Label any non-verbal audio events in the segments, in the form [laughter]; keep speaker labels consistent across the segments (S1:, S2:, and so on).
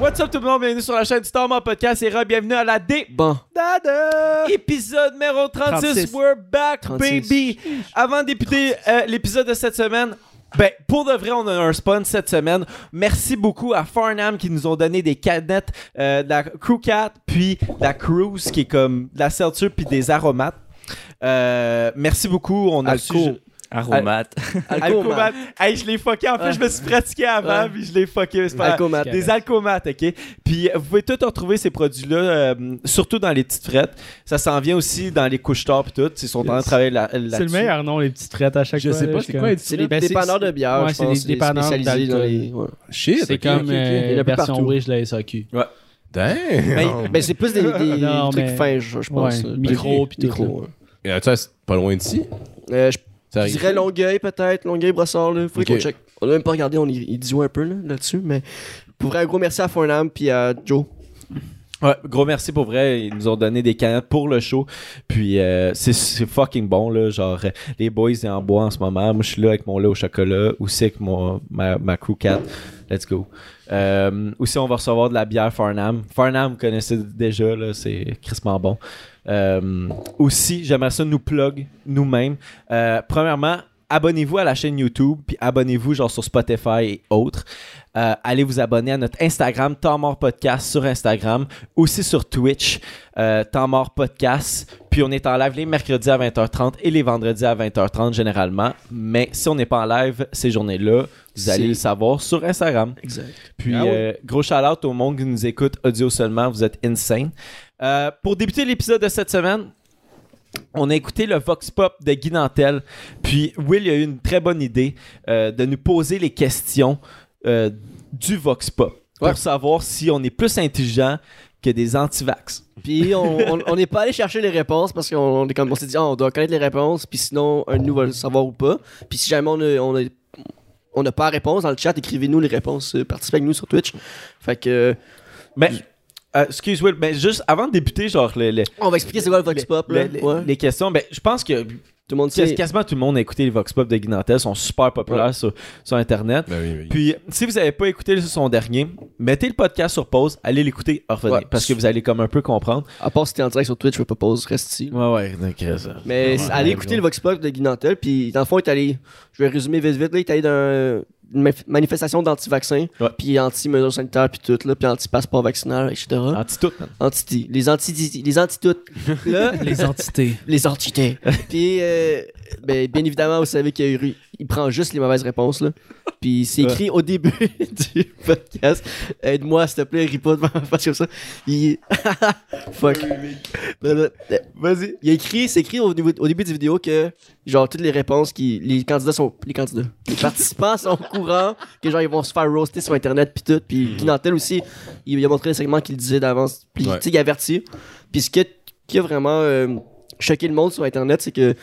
S1: What's up tout le monde, bienvenue sur la chaîne du Storm en podcast et re, bienvenue à la D.
S2: Bon.
S3: Dada!
S1: Épisode numéro 36,
S2: 36.
S1: we're back
S2: 36.
S1: baby! Avant d'éputer euh, l'épisode de cette semaine, ben, pour de vrai, on a un spawn cette semaine. Merci beaucoup à Farnham qui nous ont donné des canettes, euh, de la Crew Cat, puis de la Cruise qui est comme de la seltzer puis des aromates. Euh, merci beaucoup, on a
S2: Alco.
S1: reçu-
S3: Aromate.
S4: [laughs]
S1: Alcomat. Hey, je l'ai fucké. En fait,
S2: Ouais.
S1: je me suis pratiqué avant,
S2: Ah. Ouais.
S1: puis je l'ai fucké. C'est pas-
S2: Alcomat.
S1: Des alcomates, OK? Puis euh, vous pouvez tout retrouver ces produits-là, euh, surtout dans les petites frettes. Ça s'en vient aussi dans les couches tard puis tout. Ils sont en train de travailler là- là-dessus.
S4: C'est le meilleur nom, les petites traites à chaque
S5: Je
S4: fois.
S5: sais
S4: là,
S5: pas,
S4: je
S5: c'est
S4: suis
S5: quoi
S4: comme-
S5: être
S2: C'est des dépanneurs de bière,
S4: Ouais,
S2: je
S4: Ben, c'est
S2: pense.
S4: des dépanneurs
S2: spécialisés dans
S4: d'alcool.
S2: les... ouais.
S5: Shit,
S4: C'est
S5: ok,
S4: comme
S5: ok, ok.
S4: euh,
S2: Il y en a
S4: la
S2: plus
S4: version
S2: partout.
S4: riche de la SAQ.
S2: Mais,
S5: Damn!
S2: mais Ben, c'est plus
S4: [laughs]
S2: des, des
S4: Non,
S2: trucs
S4: mais-
S2: fins, je, je pense.
S4: Ouais,
S2: euh,
S4: micro pis tout,
S2: Micro, ouais.
S5: Et as-tu assez- pas loin d'ici?
S2: Euh, je
S5: Ça
S2: Je
S5: arrive.
S2: dirais Longueuil peut-être, Longueuil Brossard là, faudrait
S5: Ok.
S2: qu'on check. On a même pas regardé, on y, y dit un peu là, là-dessus, mais pour vrai un gros merci à Fornam puis à Joe.
S1: Ouais, gros merci pour vrai. Ils nous ont donné des canettes pour le show. Puis euh, c'est- c'est fucking bon, là. Genre, euh, les boys, ils en bois en ce moment. Moi, je suis là avec mon lait au chocolat. Aussi avec mon, ma, ma crew cat. Let's go. Euh, aussi, on va recevoir de la bière Farnham. Farnham, vous connaissez déjà, là. C'est crissement bon. Euh, aussi, j'aimerais ça nous plug nous-mêmes. Euh, premièrement, abonnez-vous à la chaîne YouTube, puis abonnez-vous genre sur Spotify et autres. Euh, allez vous abonner à notre Instagram, Temps Mort Podcast sur Instagram, aussi sur Twitch, euh, Temps Mort Podcast. Puis on est en live les mercredis à 20h30 et les vendredis à 20h30 généralement. Mais si on n'est pas en live ces journées-là, vous allez
S2: C'est-
S1: le savoir sur Instagram.
S2: Exact.
S1: Puis,
S5: Ah ouais.
S1: euh, gros shout-out au monde qui nous écoute audio seulement. Vous êtes insane. Euh, pour débuter l'épisode de cette semaine, on a écouté le Vox Pop de Guy Nantel. Puis, Will a eu une très bonne idée euh, de nous poser les questions euh, du Vox Pop
S2: Ouais.
S1: pour savoir si on est plus intelligent que des anti-vax.
S2: Puis on on- on n'est pas allé chercher les réponses parce qu'on on est comme on s'est dit Ah, on doit connaître les réponses puis sinon un de nous va le savoir ou pas. Puis si jamais on a, on a- on n'a pas la réponse dans le chat, écrivez-nous les réponses, euh, participez avec nous sur Twitch. Fait que euh,
S1: Mais, euh, excuse Will, mais juste avant de débuter, genre, le- le-
S2: on va expliquer c'est quoi le Vox
S1: le-
S2: Pop là.
S1: le- le-
S2: Ouais.
S1: les questions, ben, je pense que
S2: Tout le monde
S1: quas-
S2: sait.
S1: quasiment tout le monde a écouté les Vox Pop de Guy Nantel. Ils sont super populaires sur, sur Internet.
S5: Ben oui, oui.
S1: Puis, si vous n'avez pas écouté son dernier, mettez le podcast sur pause, allez l'écouter, revenez.
S2: Ouais.
S1: Parce que vous allez comme un peu comprendre.
S2: À part si t'es en direct sur Twitch, je peux pas poser, reste ici.
S1: Ouais, ouais, donc, ça.
S2: Mais c'est- allez écouter le Vox Pop de Guy Nantel, puis dans le fond, il est allé, je vais résumer vite vite, là, il est allé dans euh, une manif- manifestation d'anti-vaccins,
S1: Ouais.
S2: puis anti-mesures sanitaires, puis tout, là, puis anti-passeport vaccinal, etc.
S1: Anti-tout, man.
S2: Anti les anti les anti-tout, là,
S4: [laughs] Les entités.
S2: [laughs] les entités. puis, euh, ben, bien évidemment, vous savez qu'il y a eu- il prend juste les mauvaises réponses, là. Puis c'est
S1: Ouais.
S2: écrit au début [laughs] du podcast, aide-moi s'il te plaît, ris pas devant ma face comme ça. Il... [laughs] Fuck. euh,
S1: Vas-y.
S2: Il a écrit, c'est écrit au, niveau- au début de la vidéo que genre toutes les réponses qui les candidats sont les candidats, les participants sont au courant que genre ils vont se faire roaster sur internet puis tout, puis
S1: Mm.
S2: Guy Nantel aussi, il, il a montré les segments qu'il disait d'avance, puis
S5: Ouais.
S2: tu sais il avertit. Puis ce qui a, qui a vraiment euh, choqué le monde sur internet, c'est que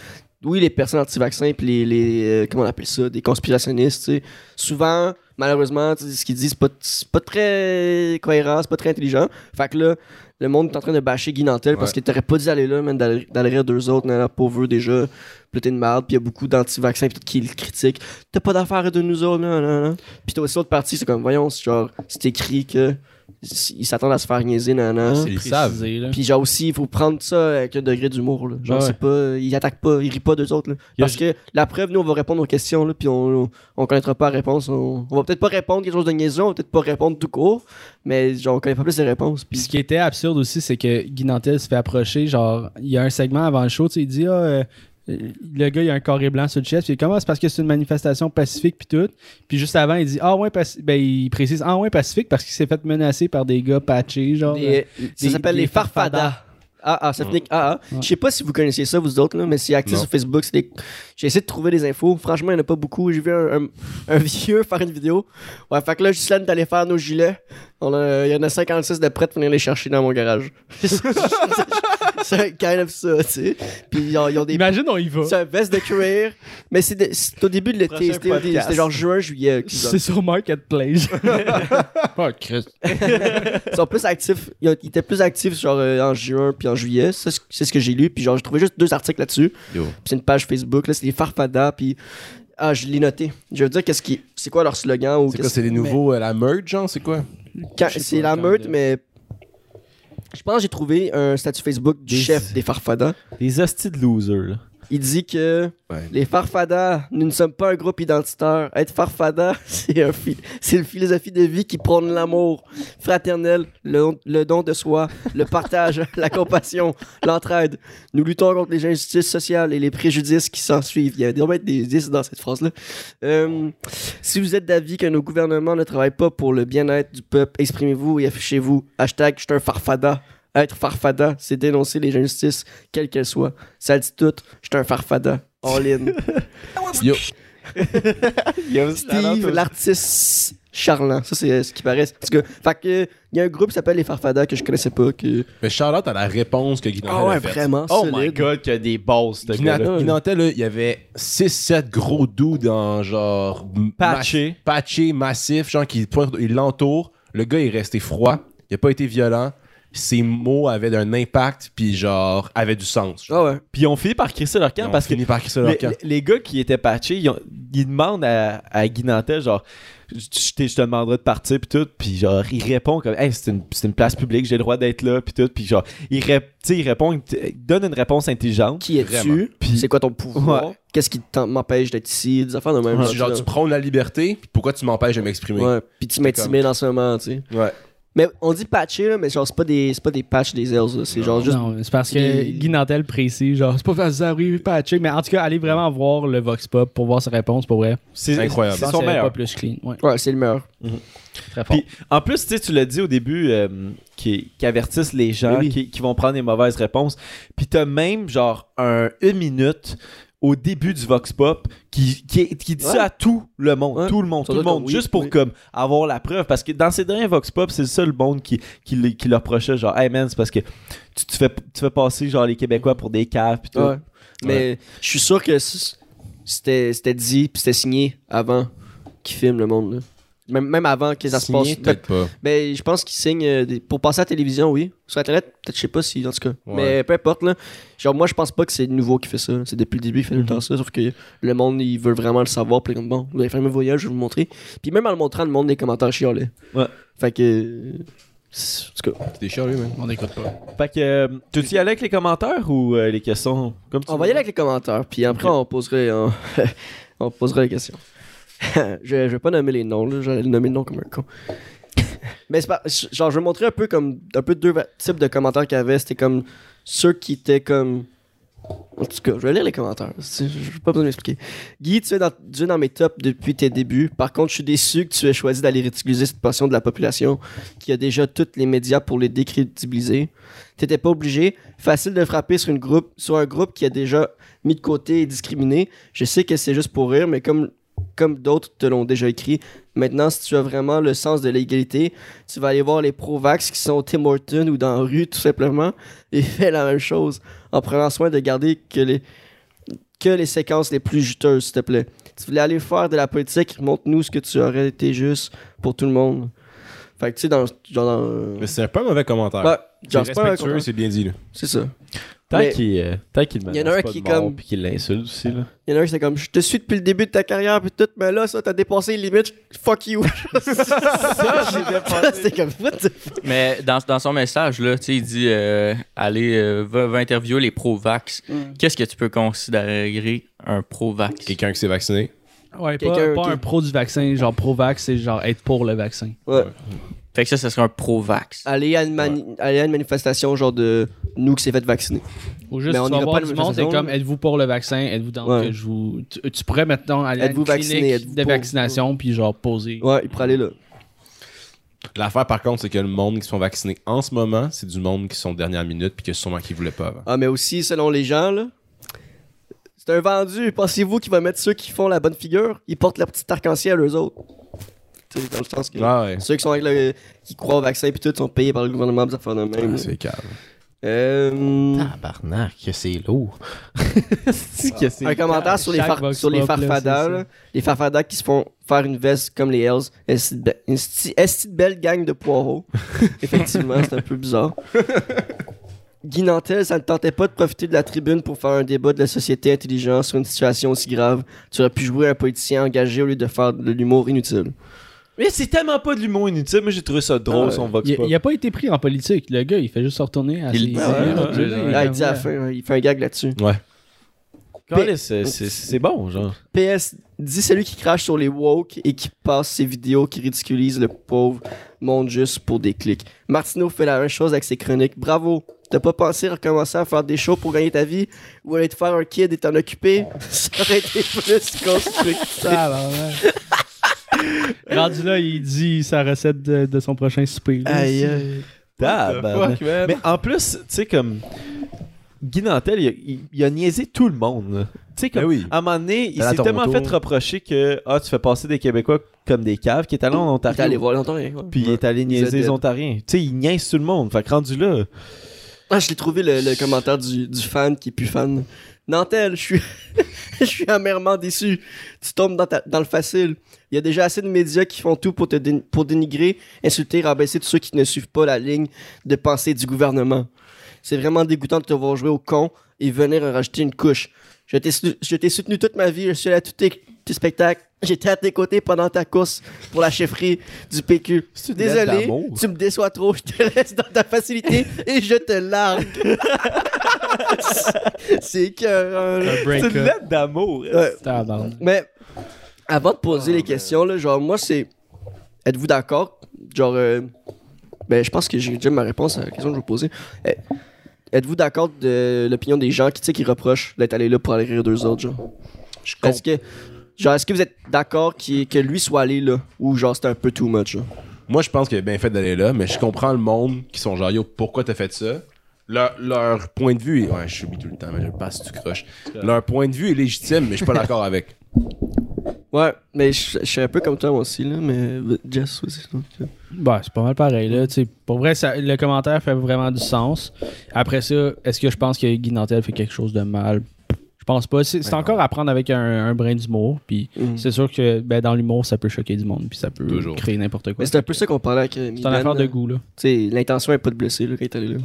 S2: oui, les personnes anti-vaccins puis les, les euh, comment on appelle ça, des conspirationnistes, tu sais, souvent malheureusement, tu sais, ce qu'ils disent c'est pas c'est pas très cohérent, c'est pas très intelligent. Fait que là le monde est en train de bâcher Guy Nantel parce
S5: Ouais.
S2: qu'il t'aurait pas dû aller là, même d'aller d'aller rire deux autres, non, non, pauvre déjà, puis t'es une merde, puis il y a beaucoup d'anti-vaccins pis tout qui le critiquent. T'as pas d'affaire de nous autres, non, non, non. Puis t'as aussi l'autre partie, c'est comme, voyons, c'est genre, c'est écrit que s- ils s'attendent à se faire niaiser, non, non.
S5: Ils savent.
S4: Précisé, là.
S2: Puis genre aussi, il faut prendre ça avec un degré d'humour, là. Genre,
S4: Ouais.
S2: c'est pas, ils attaquent pas, ils rient pas d'eux autres, là.
S1: Il y a
S2: Parce que la preuve, nous, on va répondre aux questions, là, puis on, on, on connaîtra pas la réponse. On, on va peut-être pas répondre quelque chose de niaiseux, on va peut-être pas répondre tout court, mais genre, on connaît pas plus les réponses.
S4: Puis ce
S2: Puis
S4: qui était absurde aussi, c'est que Guy Nantel se fait approcher. Genre, il y a un segment avant le show, tu sais, il dit Ah, euh, euh, le gars, il a un carré blanc sur le chest. Puis il dit, comment c'est parce que c'est une manifestation pacifique, puis tout. Puis juste avant, il dit Ah, ouais, paci- ben, il précise Ah, ouais, pacifique, parce qu'il s'est fait menacer par des gars patchés, genre. euh,
S2: Des- ça
S4: des-
S2: s'appelle
S4: des
S2: les farfadas.
S4: farfadas.
S2: Ah, ah, ça finit avec ah, ah.
S4: Ouais.
S2: Je sais pas si vous connaissiez ça, vous autres, là, mais c'est actif
S5: Non.
S2: sur Facebook. c'est des- J'ai essayé de trouver des infos. Franchement, il n'y en a pas beaucoup. J'ai vu un, un- un [laughs] vieux faire une vidéo. Ouais, fait que là, Justine est allée faire nos gilets. On a- Il y en a 56 de prêts pour venir les chercher dans mon garage. [laughs] c'est kind of ça, tu sais. Puis ils ont, ils ont des
S4: Imagine, on y va.
S2: C'est un veste de cuir. Mais c'est de- c'est au début de l'été.
S1: Prochain
S2: C'était au dé-
S1: podcast.
S2: c'était genre juin, [laughs] juillet. qu'ils ont-
S4: C'est sur Marketplace. Pas
S2: Ils sont plus actifs. Ils ont- ils étaient plus actifs genre euh, en juin puis en juillet. Ça, c'est c'est ce que j'ai lu. Puis genre, j'ai trouvé juste deux articles là-dessus. Puis
S5: Yo.
S2: c'est une page Facebook. Là, c'est les farfadas. Puis ah, je l'ai noté. Je veux dire, qu'est-ce qui, c'est quoi leur slogan ou
S5: C'est quoi,
S2: qu'est-ce-
S5: c'est les nouveaux, euh, la merge, genre, c'est quoi?
S2: Quand-
S4: Je sais
S2: C'est la
S4: pas, quand
S2: meute,
S4: de-
S2: mais. Je pense que j'ai trouvé un statut Facebook du
S1: Des-
S2: chef des Farfadas.
S1: Des hosties de losers, là.
S2: Il dit que
S5: Ouais.
S2: les Farfadas, nous ne sommes pas un groupe identitaire. Être Farfada, [laughs] c'est un phi- c'est une philosophie de vie qui prône l'amour fraternel, le, le don de soi, le partage, [laughs] la compassion, l'entraide. Nous luttons contre les injustices sociales et les préjudices qui s'en suivent. Il y avait des- des 10 dans cette phrase-là. Euh, si vous êtes d'avis que nos gouvernements ne travaillent pas pour le bien-être du peuple, exprimez-vous et affichez-vous. Hashtag je suis un farfada. Être farfada, c'est dénoncer les injustices, quelles qu'elles soient. Ça le dit tout, je suis un farfada. All in. [laughs]
S5: Yo,
S2: Steve, l'artiste charlant. Ça, c'est euh, ce qui paraît. Parce que, fait que, il y a un groupe qui s'appelle Les Farfadas que je connaissais pas. Que...
S5: mais Charlotte Ben, à la réponse que Guy Nantel
S2: Ah ouais,
S5: a faite.
S2: vraiment.
S1: Oh my
S2: solide.
S1: god, qu'il y a des bases, ce
S5: Guy
S1: gars-là.
S5: Nan- Guy Nantel, là, il y avait 6-7 gros doux dans genre. m-
S1: Patché.
S5: mas- Patché, massif, genre qui pointe- il l'entoure. Le gars est resté froid, il a pas été violent. Ses mots avaient un impact, puis genre, avaient du sens.
S2: Ah ouais.
S1: Puis on finit par crisser leur camp parce que
S5: par Chris
S1: les,
S5: Lorcan.
S1: les- les gars qui étaient patchés, ils, ont- ils demandent à, à Guy Nantel, genre, je, je t'ai- je te demanderai de partir, puis tout. Puis genre, il répond comme, hey, c'est une, c'est une place publique, j'ai le droit d'être là, puis tout. Puis genre, il, ré- tu sais, il répond, il donne une réponse intelligente.
S2: Qui
S5: Vraiment.
S2: es-tu? C'est quoi ton pouvoir?
S1: Ouais.
S2: Qu'est-ce qui t'en- m'empêche d'être ici? Des affaires de même.
S1: Ouais.
S5: Tu- genre, tu prônes la liberté, puis pourquoi tu m'empêches de m'exprimer?
S2: Ouais, puis tu m'intimides en ce moment, tu sais.
S5: Ouais.
S2: Mais on dit patché, là, mais genre, c'est pas des, c'est pas des patchs des airs, là. C'est genre juste.
S4: Non, c'est parce que
S2: les-
S4: Guy Nantel précise, genre, c'est pas facile à arriver, pas à check, mais en tout cas, allez vraiment voir le Vox Pop pour voir sa réponse, pour vrai.
S1: C'est
S5: Incroyable.
S1: C'est
S4: Je pense
S1: son
S4: qu'elle est
S1: meilleur.
S4: pas plus clean. Ouais,
S2: Ouais, c'est le meilleur.
S4: très fort.
S1: Puis, en plus, tu sais, tu l'as dit au début, euh, qui, qui avertissent les gens
S2: Eh Oui, oui.
S1: qui, qui vont prendre des mauvaises réponses. Puis t'as même genre un, une minute au début du Vox Pop qui, qui, qui dit
S2: Ouais.
S1: ça à tout le monde,
S2: Ouais.
S1: tout le monde,
S2: Ça
S1: tout le
S2: doit
S1: monde,
S2: comme- oui,
S1: juste pour
S2: oui.
S1: comme avoir la preuve. Parce que dans ces derniers Vox Pop, c'est le seul monde qui, qui, le- qui leur reprochait genre, hey man, c'est parce que tu, tu fais, tu fais passer genre les Québécois pour des caves. Puis tout.
S2: Ouais. Mais je suis sûr que c- c'était c'était dit, puis c'était signé avant qu'ils filment le monde, là. Même, même avant que ça se passe.
S5: Signé, peut-être pas.
S2: Mais je pense qu'ils signent euh, des- pour passer à la télévision, oui. Sur Internet, peut-être, je sais pas si, en tout cas.
S5: Ouais.
S2: Mais peu importe, là. Genre, moi, je pense pas que c'est nouveau qui fait ça. C'est depuis le début qu'il fait tout le temps ça. Sauf que le monde, il veut vraiment le savoir. Puis comme bon, vous allez faire mes voyage, je vais vous montrer. Puis même en le montrant, le monde, les commentaires chialaient.
S1: Ouais.
S2: Fait que. euh, c'est- En tout cas,
S5: T'es chiant, lui, man.
S4: On n'écoute pas.
S1: Fait que, euh, tu y allais avec les commentaires ou euh, les questions comme tu
S2: on va y aller avec les commentaires. Puis après, on poserait. On, [laughs] on poserait les questions. [laughs] je, je vais pas nommer les noms, là. J'allais le nommer le nom comme un con. [laughs] Mais c'est pas. Genre, je vais montrer un peu comme. Un peu deux va- types de commentaires qu'il y avait. C'était comme. Ceux qui étaient comme. En tout cas, je vais lire les commentaires. Je n'ai pas besoin de m'expliquer. Guy, tu es, dans, tu es dans mes tops depuis tes débuts. Par contre, je suis déçu que tu aies choisi d'aller ridiculiser cette portion de la population qui a déjà tous les médias pour les décrédibiliser. T'étais pas obligé. Facile de frapper sur, une groupe, sur un groupe qui a déjà mis de côté et discriminé. Je sais que c'est juste pour rire, mais comme, comme d'autres te l'ont déjà écrit, maintenant, si tu as vraiment le sens de l'égalité, tu vas aller voir les pro-vax qui sont au Tim Hortons ou dans la rue, tout simplement, et [laughs] fais la même chose en prenant soin de garder que les, que les séquences les plus juteuses, s'il te plaît. Tu voulais aller faire de la politique, montre-nous ce que tu aurais été juste pour tout le monde. Fait que tu sais, dans. Genre dans-
S5: Mais c'est pas un mauvais commentaire.
S2: Ouais,
S5: c'est
S2: genre, c'est pas Bah, un
S5: respectueux, c'est bien dit, là.
S2: c'est ça.
S1: Tant
S2: Mais-
S1: qu'il euh, tant qu'il
S2: Il y en a
S1: menace
S2: un
S1: pas
S2: qui
S1: de
S2: est
S1: mort,
S2: comme-
S1: puis qu'il l'insulte aussi là.
S2: Il y en a un qui était comme Je te suis depuis le début de ta carrière, puis tout, mais là, ça, t'as dépassé les limites, fuck you. [laughs] ça, j'ai [laughs] dépassé. C'était comme What the fuck?
S3: Mais dans, dans son message, là, tu sais, il dit euh, Allez, euh, va, va interviewer les pro-vax. Qu'est-ce que tu peux considérer un pro-vax
S5: Quelqu'un qui s'est vacciné.
S4: Ouais, pas,
S2: Quelqu'un
S4: pas
S2: qui-
S4: un pro du vaccin, genre pro-vax, c'est genre être pour le vaccin.
S2: Ouais.
S3: Fait que ça, ça serait un pro-vax.
S2: Aller, à une mani- aller à une manifestation, genre de nous qui s'est fait vacciner.
S4: Ou juste,
S2: Mais on
S4: tu vas
S2: n'ira
S4: voir
S2: pas
S4: du
S2: à
S4: monde, c'est
S2: l'université.
S4: comme êtes-vous pour le vaccin Êtes-vous dans
S2: Ouais.
S4: que je vous. Tu, tu pourrais maintenant aller à une
S2: Êtes-vous vacciné?
S4: clinique
S2: Êtes-vous
S4: de
S2: pour?
S4: vaccination, puis genre poser.
S5: Mm.
S2: Ouais, il pourrait aller là.
S5: L'affaire, par contre, c'est que le monde qui se font vacciner en ce moment, c'est du monde qui sont dernière minute puis que sûrement qu'ils voulaient pas avant.
S2: Ah, mais aussi, selon les gens, là. C'est un vendu. Pensez-vous qu'il va mettre ceux qui font la bonne figure Ils portent la petite arc-en-ciel, eux autres. Tu sais, dans le sens que.
S5: Ah ouais.
S2: Ceux qui, sont avec le- qui croient au vaccin, puis tout, sont payés par le gouvernement, des affaires de même.
S5: Ah, C'est calme.
S2: Euh,
S1: Tabarnak, que c'est lourd.
S2: un commentaire sur les,
S4: Chaque
S2: far-
S4: Vox
S2: sur les
S4: Pop, là,
S2: farfadas.
S4: c'est
S2: là. Les farfadas qui se font faire une veste comme les Hells. Esti de be- esti- esti de belle gang de
S4: [laughs]
S2: poireaux. Effectivement, c'est un peu bizarre. Guy Nantel, ça ne tentait pas de profiter de la tribune pour faire un débat de la société intelligente sur une situation aussi grave. Tu aurais pu jouer un politicien engagé au lieu de faire de l'humour inutile.
S1: Mais c'est tellement pas de l'humour inutile. Moi, j'ai trouvé ça drôle,
S2: Ah,
S1: son vox
S4: Il,
S1: pop.
S4: il a pas été pris en politique. Le gars, il fait juste se retourner à
S3: Il
S4: ses-
S3: dit,
S4: ses-
S2: ouais, ouais,
S4: autres
S1: ouais,
S4: idées,
S1: ouais.
S4: comme,
S2: Ah, il dit à
S4: euh,
S2: la fin, hein, il fait un gag là-dessus.
S5: Ouais.
S1: Calais, C'est c'est- c'est bon, genre.
S2: PS, dit celui qui crache sur les woke et qui passe ses vidéos qui ridiculisent le pauvre monde juste pour des clics. Martineau fait la même chose avec ses chroniques. Bravo! T'as pas pensé recommencer à faire des shows pour gagner ta vie ou aller te faire un kid et t'en occuper? [laughs] Ça aurait été plus constructif.
S4: Ah, bah,
S1: [laughs]
S4: ouais. Rendu là, il dit sa recette de, de son prochain souper. là.
S2: Aïe,
S4: C'est-
S2: aïe.
S1: Tabarnak. Mais en plus, tu sais, comme. Guy Nantel, il, a- il- il a niaisé tout le monde. là. Tu sais, comme.
S5: Ben oui.
S1: À un moment donné, il
S5: Allé à
S1: s'est tellement
S5: Toronto.
S1: fait reprocher que ah, tu fais passer des Québécois comme des caves qui est allé en
S2: T'es allé
S1: Ontario.
S2: voir longtemps, rien. ouais.
S1: Puis il est allé niaiser les
S2: Zedette.
S1: Ontariens. Tu sais, il niaise tout le monde. Fait que rendu là.
S2: Ah, je l'ai trouvé le, le commentaire du, du fan qui est plus fan. Nantel, je suis, [laughs] je suis amèrement déçu. Tu tombes dans, ta- dans le facile. Il y a déjà assez de médias qui font tout pour te dé- pour dénigrer, insulter, rabaisser tous ceux qui ne suivent pas la ligne de pensée du gouvernement. C'est vraiment dégoûtant de te voir jouer au con et venir en rajouter une couche. Je t'ai soutenu- je t'ai soutenu toute ma vie, je suis là à tous tes, tes spectacles. J'étais à tes côtés pendant ta course pour la chefferie du PQ.
S1: C'est une lettre
S2: Désolé,
S1: d'amour.
S2: tu me déçois trop, je te laisse dans ta facilité et je te largue.
S1: [laughs]
S2: C'est hein. que
S4: Un
S1: C'est
S4: break-up.
S1: une lettre d'amour.
S4: Tabarnak.
S2: Mais avant de Ah, poser les questions, là, genre moi c'est. Êtes-vous d'accord? Genre euh, Ben je pense que j'ai déjà ma réponse à la question que je vous posais. Eh, Êtes-vous d'accord de l'opinion des gens qui tu sais qui reprochent d'être allé là pour aller rire d'eux autres, genre? Est-ce que. Genre, est-ce que vous êtes d'accord qu'il- que lui soit allé là? Ou genre c'était un peu too much, genre?
S5: Moi, je pense qu'il a bien fait d'aller là, mais je comprends le monde qui sont genre, yo, pourquoi t'as fait ça? Leur, leur point de vue est... Ouais, je suis mis tout le temps, mais je le passe, tu croches. Leur point de vue est légitime, mais je suis pas d'accord avec.
S2: Ouais, mais je je suis un peu comme toi moi aussi, là, mais Jess, vas-y. toi.
S4: Bah, c'est pas mal pareil. Là. Tu sais, Pour vrai, ça- le commentaire fait vraiment du sens. Après ça, est-ce que je pense que Guy Nantel fait quelque chose de mal? Je pense pas. C'est c'est encore à prendre avec un, un brin d'humour. Puis
S2: Ben Mm.
S4: c'est sûr que ben, dans l'humour, ça peut choquer du monde. Puis ça peut
S5: Toujours.
S4: créer n'importe quoi.
S2: Mais c'est un peu ça qu'on parlait avec euh,
S4: C'est une
S2: Mylène,
S4: affaire de
S2: là.
S4: goût. là.
S2: Tu sais, l'intention est pas de blesser là, quand il est allé là.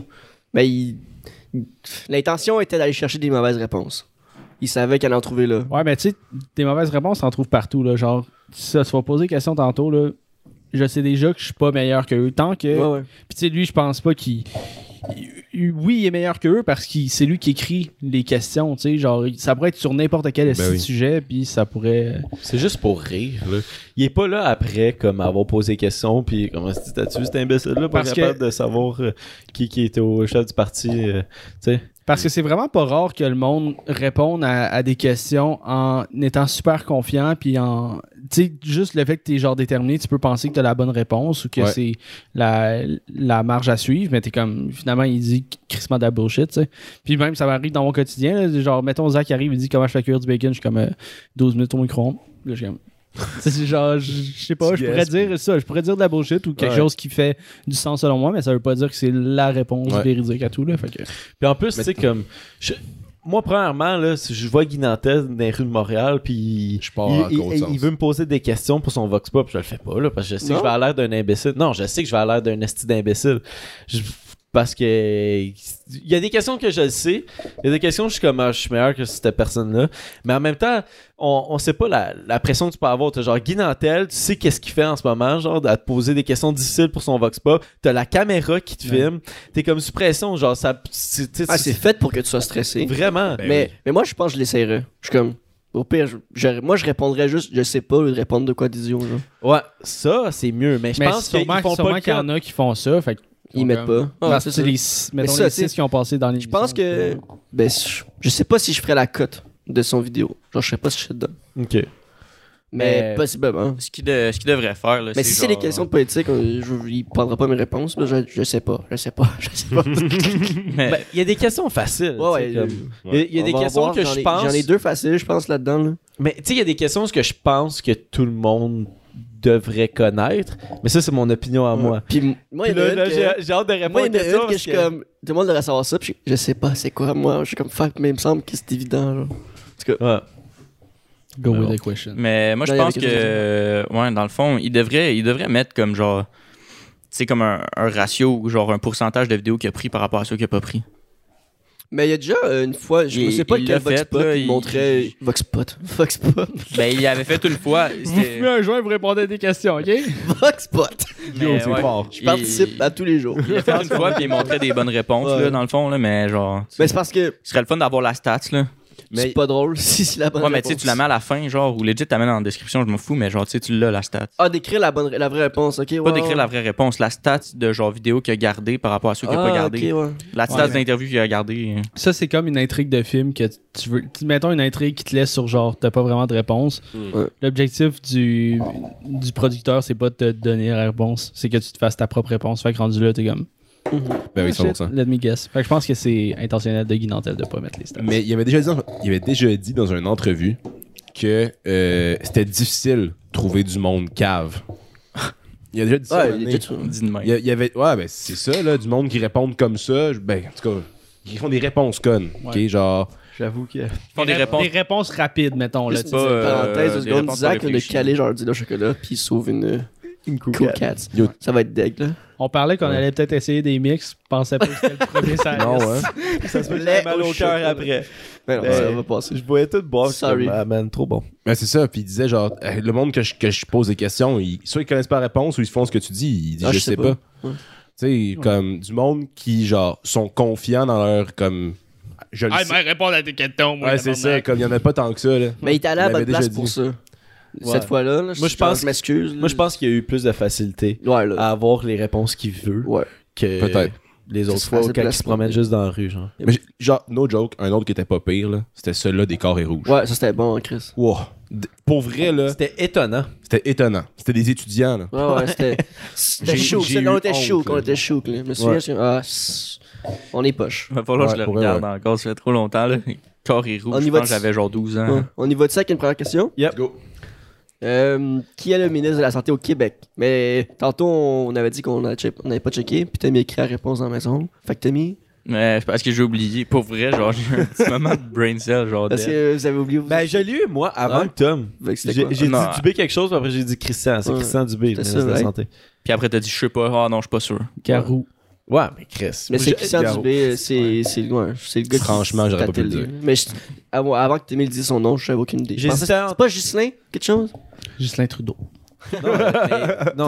S2: Mais il... il- l'intention était d'aller chercher des mauvaises réponses. Il savait qu'elle en trouvait là.
S4: Ouais, mais tu sais, des mauvaises réponses, t'en trouves partout. Là. Genre, ça se va poser question tantôt. Là. Je sais déjà que je suis pas meilleur que eux. Tant que.
S2: Ouais, ouais.
S4: Puis tu sais, lui, je pense pas qu'il. il- Oui, il est meilleur que eux parce que c'est lui qui écrit les questions, tu sais, genre ça pourrait être sur n'importe quel esti de
S5: oui.
S4: sujet, puis ça pourrait.
S1: C'est juste pour rire, là. Il est pas là après, comme avoir posé des questions, puis Ah, comment se dit, t'as-tu vu cet imbécile-là, pas
S4: Parce que-
S1: capable de savoir euh, qui, qui était au chef du parti, euh, tu sais.
S4: Parce que c'est vraiment pas rare que le monde réponde à, à des questions en étant super confiant, puis en. Tu sais, juste le fait que t'es genre déterminé, tu peux penser que t'as la bonne réponse ou que
S5: Ouais.
S4: c'est la, la marge à suivre, mais t'es comme. Finalement, il dit crissement de la bullshit, tu sais. Puis même, ça m'arrive dans mon quotidien, là, genre, mettons, Zach arrive, il dit comment je fais cuire du bacon, je suis comme euh, 12 minutes au micro-ondes. Là, je suis comme. [laughs] Tu sais, c'est genre, je je sais pas,
S5: Tu
S4: je pourrais
S5: guesses,
S4: dire ça, je pourrais dire de la bullshit ou quelque
S5: Ouais.
S4: chose qui fait du sens selon moi, mais ça veut pas dire que c'est la réponse
S5: Ouais.
S4: véridique à tout, là. Fait que.
S1: Puis en plus, tu sais, comme... je- Moi, premièrement, là, si je vois Guy Nantel dans les rues de Montréal, puis
S5: Je pars
S1: il,
S5: en
S1: il-
S5: gros
S1: il-
S5: sens.
S1: il veut me poser des questions pour son Vox Pop, je le fais pas, là, parce que je sais que
S2: Non?
S1: je vais à l'air d'un imbécile. Non, je sais que je vais à l'air d'un esti d'imbécile. Je- Parce que... Il y a des questions que je le sais, il y a des questions que je suis comme, ah, je suis meilleur que cette personne-là, mais en même temps, on, on sait pas la, la pression que tu peux avoir. T'as genre Guy Nantel, tu sais qu'est-ce qu'il fait en ce moment, genre, à te poser des questions difficiles pour son Vox Pop, t'as la caméra qui te filme, t'es comme sous pression, genre, ça... c'est- tu sais,
S2: Ah,
S1: tu-
S2: c'est Ben fait pour que tu sois stressé.
S1: Vraiment.
S4: Ben.
S2: mais, mais moi, je pense que je l'essayerais. Je suis comme. Au pire, je- je- moi, je répondrais juste, je sais pas, au lieu de répondre de quoi d'idiot. genre.
S1: Ouais, ça, c'est mieux. Mais je
S4: mais
S1: pense qu'ils
S4: sûrement,
S1: font
S4: sûrement
S1: pas le
S4: qu'il y en
S1: cadre.
S4: a qui font ça. Fait que-
S2: Ils mettent pas. Ah,
S4: Parce
S2: c'est
S4: que
S2: ça.
S4: c'est les, six- mettons,
S2: ça,
S4: les
S2: tu sais,
S4: six qui ont passé dans les.
S2: Je pense que. Ben, je je sais pas si je ferais la cote de son vidéo. Genre, je sais pas si je suis dedans.
S1: Ok.
S2: Mais
S1: Mais-
S2: possiblement.
S3: Ce qu'il de- ce qu'il devrait faire, là,
S2: Mais si c'est
S3: genre-
S2: des questions de politique, euh, je, il prendra pas mes réponses. mais Je, je sais pas, je sais pas, [laughs] je sais pas.
S3: Mais-
S1: Ben, Il y a des questions faciles. tu
S2: Ouais,
S1: sais,
S2: ouais,
S1: comme- Il y a- il y a,
S2: On
S1: des
S2: va
S1: questions
S2: voir,
S1: que
S2: j'en
S1: je
S2: ai-
S1: pense.
S2: J'en ai deux faciles, je pense, là-dedans. là.
S1: Mais tu sais, il y a des questions que je pense que tout le monde devrait connaître. Mais ça, c'est mon opinion
S3: Ah,
S1: à moi.
S2: Puis m- moi, il y en a
S1: Là,
S2: une
S1: là, j'ai
S2: que-
S1: j'ai hâte de
S2: moi,
S1: répondre
S2: il
S1: à
S2: y en
S1: question
S2: a une que je
S1: parce
S2: suis comme. Tout le monde devrait savoir ça, puis je, je sais pas c'est quoi, moi. Je suis comme fuck, mais il me semble que c'est évident. genre.
S1: Ouais.
S4: Go
S1: with
S4: with
S1: the
S4: the question.
S3: Mais moi, je
S2: Non, il y avait
S3: pense que,
S2: quelque chose à dire.
S3: euh, ouais, dans le fond, il devrait, il devrait mettre comme genre, tu sais, comme un, un ratio, ou genre un pourcentage de vidéos qu'il a pris par rapport à ceux qu'il a pas pris.
S2: Mais il y a déjà euh, une fois, je
S3: Il-
S2: ne sais pas
S3: il
S2: lequel
S3: l'a fait,
S2: Vox Pop,
S3: là,
S2: il
S3: il-
S2: montrait. Vox Pop. [laughs] Vox Pop.
S3: [laughs] Ben, il avait fait une fois.
S4: Vous
S3: c'était-
S4: fumez un joint, vous répondez à des questions, OK?
S2: Vox Pop.
S3: mais
S1: Yo, c'est
S3: ouais.
S1: fort.
S2: Je participe
S3: Il-
S2: à tous les jours.
S3: Il l'a fait une fois, puis il montrait des bonnes réponses,
S2: Ouais.
S3: là, dans le fond, là, mais genre.
S2: Mais c'est parce que
S3: Ce serait le fun d'avoir la stats, là.
S2: c'est pas drôle [laughs] si c'est la bonne
S3: Ouais, mais tu sais,
S2: réponse.
S3: tu la mets à la fin, genre, ou legit, t'amènes en description, je m'en fous, mais genre, tu sais, tu l'as, la stat.
S2: Ah, d'écrire la, bonne, la vraie réponse, ok?
S3: Pas d'écrire la vraie réponse, la stat de genre vidéo qu'il a gardé par rapport à ceux qu'il
S2: Ah,
S3: a pas gardé. La stat
S4: Ouais.
S3: d'interview qu'il a gardé. euh.
S4: Ça, c'est comme une intrigue de film que tu veux. tu- Mettons une intrigue qui te laisse sur genre, t'as pas vraiment de réponse.
S2: Ouais.
S4: L'objectif du, du producteur, c'est pas de te donner la réponse, c'est que tu te fasses ta propre réponse. Fait que rendu là, t'es comme.
S5: Ben oui,
S4: Ah, shit,
S5: 100%.
S4: Let me guess. Fait que je pense que c'est intentionnel de Guy Nantel de pas mettre les stats.
S5: Mais il avait déjà dit, il avait déjà dit dans une entrevue que euh, c'était difficile de trouver du monde cave. [laughs] Il a déjà dit ça. un
S2: Ouais,
S5: moment
S2: il
S5: donné.
S2: est tout-
S3: euh, Dis de même.
S5: Il y a- il y avait ouais ben c'est ça là du monde qui répondent comme ça, je- ben en tout cas, qui font des réponses connes,
S4: Ouais.
S5: OK, genre
S2: J'avoue que.
S3: Ils font des réponses.
S4: Des réponses rapides, mettons. Là,
S2: Juste
S4: tu
S2: une
S4: sais.
S3: pas, euh,
S2: parenthèse de
S3: des
S2: seconde,
S3: réponses
S2: Zach
S3: pas
S2: vient de
S3: réfléchies.
S2: caler genre le chocolat, puis il sauve une,
S1: [laughs] Une
S2: Cool Cat.
S5: Yo.
S2: Ça va être deg, là.
S4: On parlait qu'on allait peut-être essayer des mix. Je pensais pas que c'était le premier ça
S2: Ah,
S4: allait.
S5: non hein.
S1: Ça se fait
S2: fait que j'ai
S1: mal au cœur après.
S2: Mais non,
S1: Ben,
S2: ça va passer.
S1: Je voyais tout boire.
S2: Sorry.
S1: Ah, man, trop bon.
S5: Ben, c'est ça, puis il disait genre euh, le monde que je, que je pose des questions, ils, soit ils connaissent pas la réponse ou ils se font ce que tu dis, ils disent
S2: Ah,
S5: je, sais pas.
S2: Ouais.
S5: Tu sais comme du monde qui genre sont confiants dans leur comme je le sais.
S4: répondre à tes questions,
S5: Ouais, c'est ça, comme il y en a pas tant que ça là.
S2: Mais il est allé à la bonne
S5: l'avait déjà
S2: place
S5: dit.
S2: pour ça.
S1: Ouais.
S2: Cette fois-là, là,
S1: Moi, je pense-
S2: Je m'excuse.
S1: Moi, je Ah. pense qu'il y a eu plus de facilité
S2: Ouais, là.
S1: à avoir les réponses qu'il veut
S2: Ouais.
S1: que
S5: Peut-être.
S1: les autres
S2: Ça,
S1: fois
S2: c'est
S1: ou quand ils se
S2: placement.
S1: promènent juste dans la rue. Genre.
S5: Mais j'ai- genre no joke, un autre qui était pas pire là, c'était celui-là des carrés rouges.
S2: Ouais, ça c'était bon, hein, Chris.
S5: Wow. D- Pour vrai là,
S1: C'était étonnant.
S5: c'était étonnant. C'était des étudiants là.
S2: Ouais,
S1: [laughs]
S2: ouais, c'était. C'était
S5: J'ai-
S2: chaud.
S5: j'ai
S2: c'est- On
S5: eu
S2: était
S5: honte,
S2: chaud,
S5: là.
S2: on était chaud, là. Je me souviens, c'est- ah, c'est- on est poche.
S3: Il va falloir que je
S5: Ouais,
S3: le
S5: pour vrai,
S3: regarde encore, ça fait trop longtemps, là. Carré
S2: On
S3: rouge,
S2: y
S3: je
S2: va
S3: pense que
S2: dessus.
S3: j'avais genre 12 ans.
S2: Ouais. On y va de ça avec une première question?
S1: Yep.
S5: Go.
S2: Euh, qui est le ministre de la Santé au Québec? Mais tantôt, on avait dit qu'on n'avait pas checké, puis t'as mis écrit la réponse dans la maison. Fait que t'as mis.
S3: Mais c'est parce que j'ai oublié. Pour vrai, genre, j'ai eu un petit moment de brain cell, genre.
S2: Parce
S3: dead.
S2: que vous avez oublié.
S1: Ben, je l'ai eu, moi, avant Hein?
S2: Ouais.
S1: que Tom.
S2: Fait que c'était
S1: J'ai
S2: quoi?
S1: j'ai dit
S3: Non.
S1: Dubé quelque chose, puis après j'ai dit Christian. C'est
S2: Ouais.
S1: Christian Dubé, le
S2: C'était
S1: ministre
S2: ça,
S1: de la
S2: ouais.
S1: Santé.
S3: Puis après, t'as dit, je sais pas. Ah non, je suis pas sûr.
S4: Carou.
S1: Ouais, mais Chris.
S2: Mais c'est
S1: J'ai-
S2: Christian Dubé, c'est c'est le, ouais, c'est le gars qui-
S5: Franchement, j'aurais pas pu le
S2: tattait Mais je- avant, avant que Témé le dise son nom, je savais aucune idée. Je
S1: J'hésitais
S2: pensais-
S1: entre-
S2: C'est pas Ghislain, quelque chose?
S4: Justin Trudeau.
S1: Non,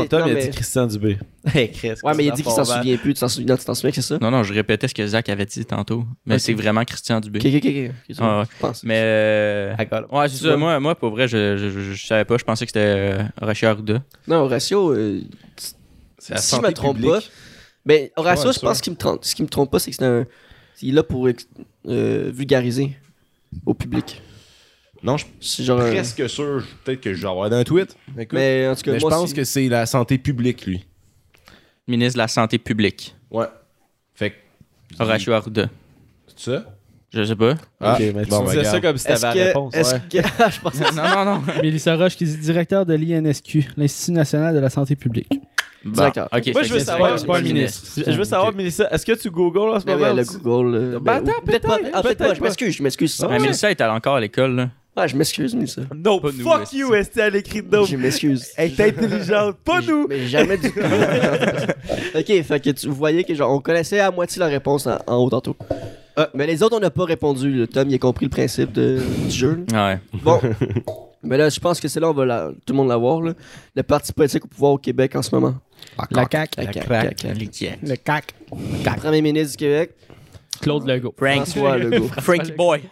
S2: T'es-
S1: Tom,
S2: non,
S1: il a
S2: mais-
S1: dit Christian
S2: [laughs]
S1: Dubé. Hey, Chris.
S2: Ouais, mais il a
S1: Christian
S2: dit qu'il s'en
S1: Forbert.
S2: souvient plus. Tu t'en souviens, non, tu t'en souviens que c'est ça?
S3: Non, non, je répétais ce que Zach avait dit tantôt. Mais
S2: Ok.
S3: c'est vraiment Christian Dubé.
S2: Ok, ok, ok. ok, c'est bon,
S3: Ah ouais.
S2: Je pense.
S3: Mais. euh,
S1: I got it.
S3: Ouais, c'est
S2: Ouais.
S3: ça. Moi, moi, pour vrai, je, je, je- je savais pas. Je pensais que c'était euh, Horacio Arruda.
S2: Non, Horatio, euh,
S5: C'est la
S2: si je
S5: santé
S2: me trompe
S5: publique.
S2: pas. Ben, Horatio,
S5: Ouais,
S2: je
S5: sûr.
S2: pense qu'il me trompe. Ce qui me trompe pas, c'est que c'est un. Il est là pour ex- euh, vulgariser au public.
S5: Non, je suis
S2: C'est genre. un-
S5: presque sûr. je- Peut-être que je vais avoir dans un tweet. Écoute, mais
S2: Mais en tout cas,
S5: je
S2: moi,
S5: pense
S2: si-
S5: que c'est la santé publique, lui.
S3: Ministre de la Santé publique.
S5: Ouais. Fait que.
S3: Horacio Arruda.
S5: C'est ça?
S3: Je sais pas.
S5: Ah,
S1: Ok, mais tu
S5: bon, ben,
S1: disais ça
S5: regarde.
S1: comme si
S2: Est-ce
S1: t'avais la réponse.
S2: que. Est-ce
S1: ouais.
S2: que. [laughs] je pense
S3: non, [laughs] non, non.
S4: [laughs] Mélissa Roche, qui est directeur de l'INSQ, l'Institut national de la santé publique.
S3: Bon,
S2: Directeur.
S3: ok,
S1: Moi, je
S3: fait que
S1: veux
S3: c'est
S1: savoir.
S3: pas-
S4: pas un
S3: c'est
S4: ministre.
S1: Je veux savoir, Mélissa, est-ce que tu Google en ce
S2: Ben
S1: moment?
S2: oui, le
S1: ou tu-
S2: Google. euh,
S1: Ben
S2: ben,
S1: attends,
S2: ou- peut-être pas.
S1: peut-être,
S2: En fait,
S1: peut-être
S2: pas, Ah, je
S1: pas.
S2: m'excuse, je m'excuse. ça.
S3: Mais Mélissa est allée encore à l'école, là.
S2: Ouais, je m'excuse, mais ça.
S1: Non,
S3: Pas nous,
S1: fuck
S3: esti.
S1: you, est-ce qu'elle écrit
S2: [laughs]
S1: dedans?
S2: Je m'excuse.
S1: Elle est intelligente, pas nous!
S2: Mais jamais [laughs] du tout. ok, fait que tu, vous voyez que genre, on connaissait à moitié la réponse en, en haut tantôt. Ah, mais les autres, on n'a pas répondu. là. Tom, il a compris le principe de, du jeu. [laughs] là.
S3: Ouais.
S2: Bon. mais là, je pense que c'est là, on va la- tout le monde l'avoir. Là. Le parti politique au pouvoir au Québec en ce moment.
S4: La CAQ.
S2: La CAQ,
S1: craque.
S2: la CAQ.
S4: Le CAC.
S2: Premier ministre du Québec,
S4: Claude Legault.
S3: Frank.
S2: François Legault.
S3: Frankie Boy.